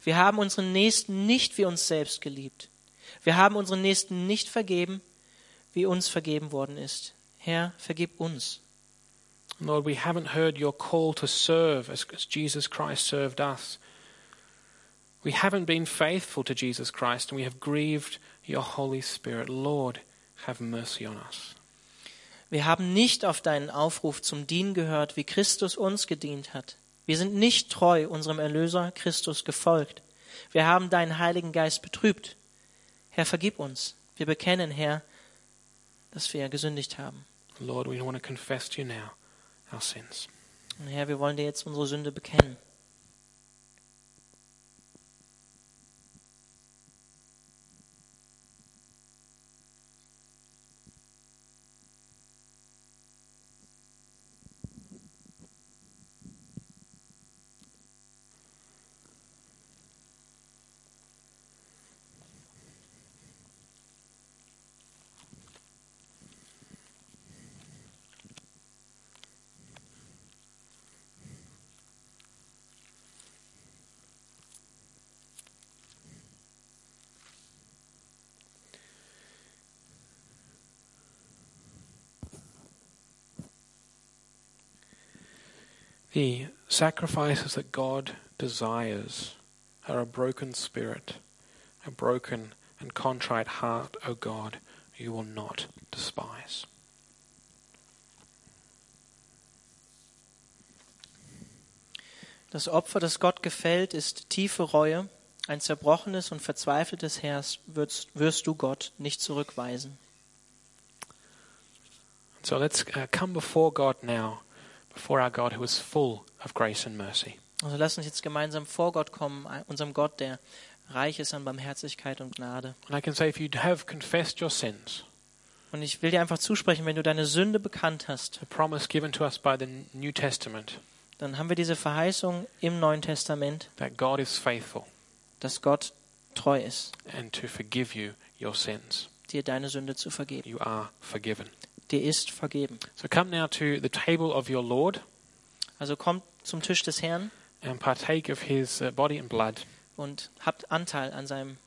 B: Wir haben unseren Nächsten nicht wie uns selbst geliebt. Wir haben unseren Nächsten nicht vergeben, wie uns vergeben worden ist. Herr, vergib uns.
A: Lord, we haven't heard your call to serve as, as Jesus Christ served us. We haven't been faithful to Jesus Christ and we have grieved your Holy Spirit. Lord, have mercy on us.
B: Wir haben nicht auf deinen Aufruf zum Dienen gehört, wie Christus uns gedient hat. Wir sind nicht treu unserem Erlöser Christus gefolgt. Wir haben deinen Heiligen Geist betrübt. Herr, vergib uns. Wir bekennen, Herr, dass wir gesündigt haben.
A: Lord, we want to confess to you now our sins.
B: Und Herr, wir wollen dir jetzt unsere Sünde bekennen.
A: The sacrifices that God desires are a broken spirit, a broken and contrite heart, O God, you will not despise.
B: Das Opfer, das Gott gefällt, ist tiefe Reue. Ein zerbrochenes und verzweifeltes Herz wirst, wirst du Gott nicht zurückweisen.
A: So let's uh, come before God now, before our God who is full of grace and mercy.
B: Also lass uns jetzt gemeinsam vor Gott kommen, unserem Gott, der reich ist an Barmherzigkeit und Gnade.
A: And I can say, if you have confessed your sins,
B: Und ich will dir einfach zusprechen, wenn du deine Sünde bekannt hast,
A: the promise given to us by the New Testament
B: dann haben wir diese Verheißung im Neuen Testament,
A: that God is faithful
B: dass Gott treu ist,
A: and to forgive you your sins.
B: dir deine Sünde zu vergeben.
A: You are forgiven.
B: Dir ist vergeben.
A: So come now to the table of your Lord
B: Also kommt zum Tisch des Herrn
A: and partake of his uh, body and blood.
B: und habt Anteil an seinem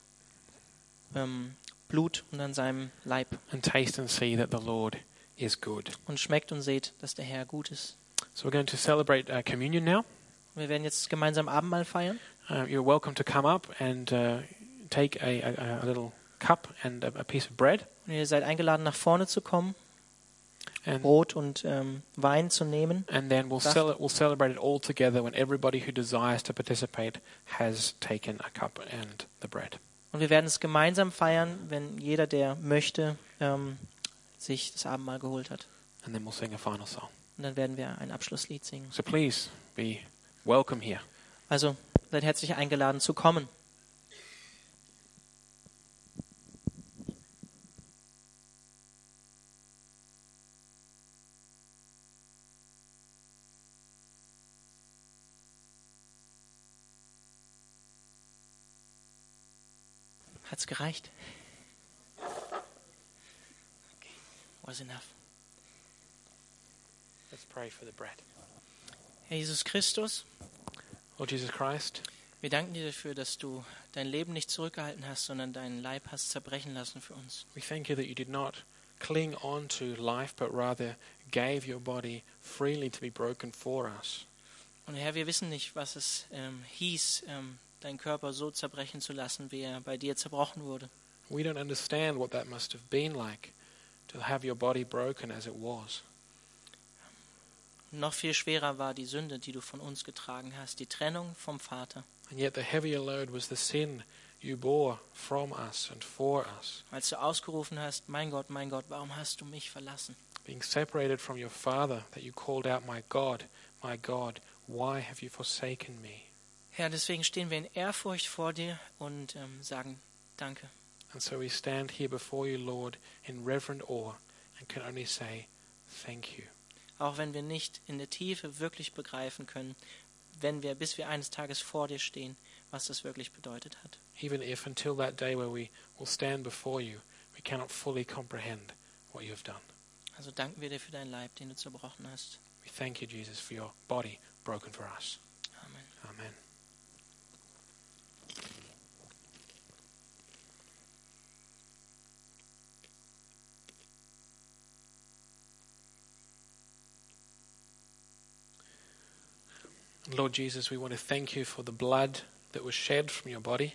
B: ähm, Blut und an seinem Leib
A: and taste and see that the Lord is good.
B: und schmeckt und seht, dass der Herr gut ist.
A: So we're going to celebrate uh, communion now.
B: Wir werden jetzt gemeinsam Abendmahl feiern.
A: Uh, you're welcome to come up and uh, take a, a, a little cup and a, a piece of bread.
B: Und ihr seid eingeladen, nach vorne zu kommen,
A: And,
B: Brot und ähm, Wein zu nehmen.
A: and then we'll, cel- we'll celebrate it all together when everybody who desires to participate has taken a cup and the bread.
B: Und wir werden es gemeinsam feiern, wenn jeder, der möchte, ähm, sich das Abendmahl geholt hat.
A: And then we'll sing a final song.
B: Und dann werden wir ein Abschlusslied singen.
A: So please be welcome here.
B: Also seid herzlich eingeladen zu kommen. Hat's gereicht? Okay. Was enough.
A: Let's pray for the bread.
B: Herr Jesus Christus,
A: Lord Jesus Christ,
B: wir danken dir dafür, dass du dein Leben nicht zurückgehalten hast, sondern deinen Leib hast zerbrechen lassen für uns.
A: we thank you that you did not cling on to life, but rather gave your body freely to be broken for us.
B: Und Herr, wir wissen nicht, was es ähm, hieß, ähm, deinen Körper so zerbrechen zu lassen, wie er bei dir zerbrochen wurde.
A: We don't understand what that must have been like to have your body broken as it was.
B: Noch viel schwerer war die Sünde, die du von uns getragen hast, die Trennung vom Vater.
A: And yet, the heavier load was the sin you bore from us and for us,
B: Als du ausgerufen hast, mein Gott, mein Gott, warum hast du mich verlassen?
A: being separated from your Father, that you called out, My God, my God, why have you forsaken me?
B: Herr, deswegen stehen wir in Ehrfurcht vor dir und ähm, sagen Danke.
A: And so we stand here before you, Lord, in reverent awe and can only say, Thank you.
B: Auch wenn wir nicht in der Tiefe wirklich begreifen können, wenn wir, bis wir eines Tages vor dir stehen, was das wirklich bedeutet hat.
A: Even if until that day where we will stand before you, we cannot fully comprehend what you have done.
B: Also danken wir dir für deinen Leib, den du zerbrochen hast.
A: We thank you, Jesus, for your body broken for us.
B: Amen.
A: Amen. Lord Jesus, we want to thank you for the blood that was shed from your body.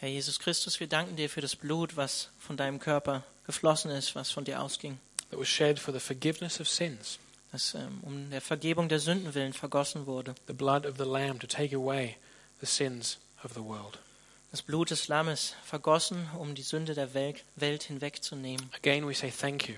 B: Herr Jesus Christus, wir danken dir für das Blut, was von deinem Körper geflossen ist, was von dir ausging,
A: that was shed for the forgiveness of sins,
B: das ähm, um der Vergebung der Sünden willen vergossen wurde.
A: the blood of the Lamb to take away the sins of the world.
B: Das Blut des Lammes vergossen, um die Sünde der Welt, Welt hinwegzunehmen.
A: Again, we say thank you.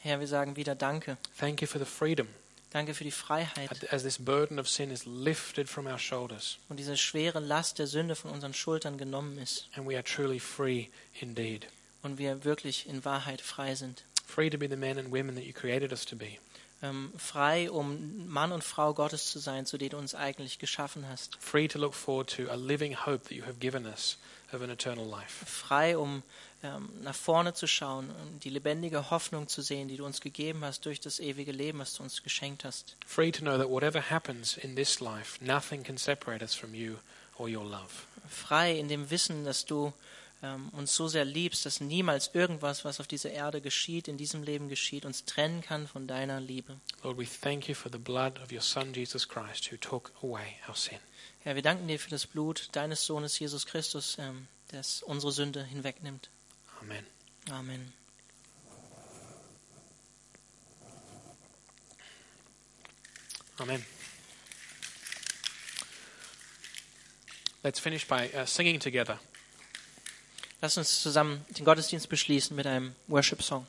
B: Herr, wir sagen wieder Danke.
A: Thank you for the freedom
B: Danke für die Freiheit
A: as this burden of sin is lifted from our shoulders
B: und diese schwere Last der Sünde von unseren Schultern genommen ist
A: and we are truly free indeed.
B: und wir wirklich in Wahrheit frei sind.
A: Free to be the men and women that you created us to be.
B: Ähm, frei, um Mann und Frau Gottes zu sein, zu denen du uns eigentlich geschaffen hast.
A: Free to look forward to a living hope that you have given us of an eternal life.
B: Frei, um ähm, nach vorne zu schauen und die lebendige Hoffnung zu sehen, die du uns gegeben hast durch das ewige Leben, was du uns geschenkt hast.
A: Free to know that whatever happens in this life, nothing can separate us from you or your love.
B: Frei in dem Wissen, dass du ähm, uns so sehr liebst, dass niemals irgendwas, was auf dieser Erde geschieht, in diesem Leben geschieht, uns trennen kann von deiner Liebe.
A: Lord, we thank you for the blood of your Son, Jesus Christ, who took away our sin.
B: Herr, wir danken dir für das Blut deines Sohnes Jesus Christus, ähm, das unsere Sünde hinwegnimmt.
A: Amen.
B: Amen.
A: Amen. Let's finish by uh, singing together.
B: Lass uns zusammen den Gottesdienst beschließen mit einem Worship-Song.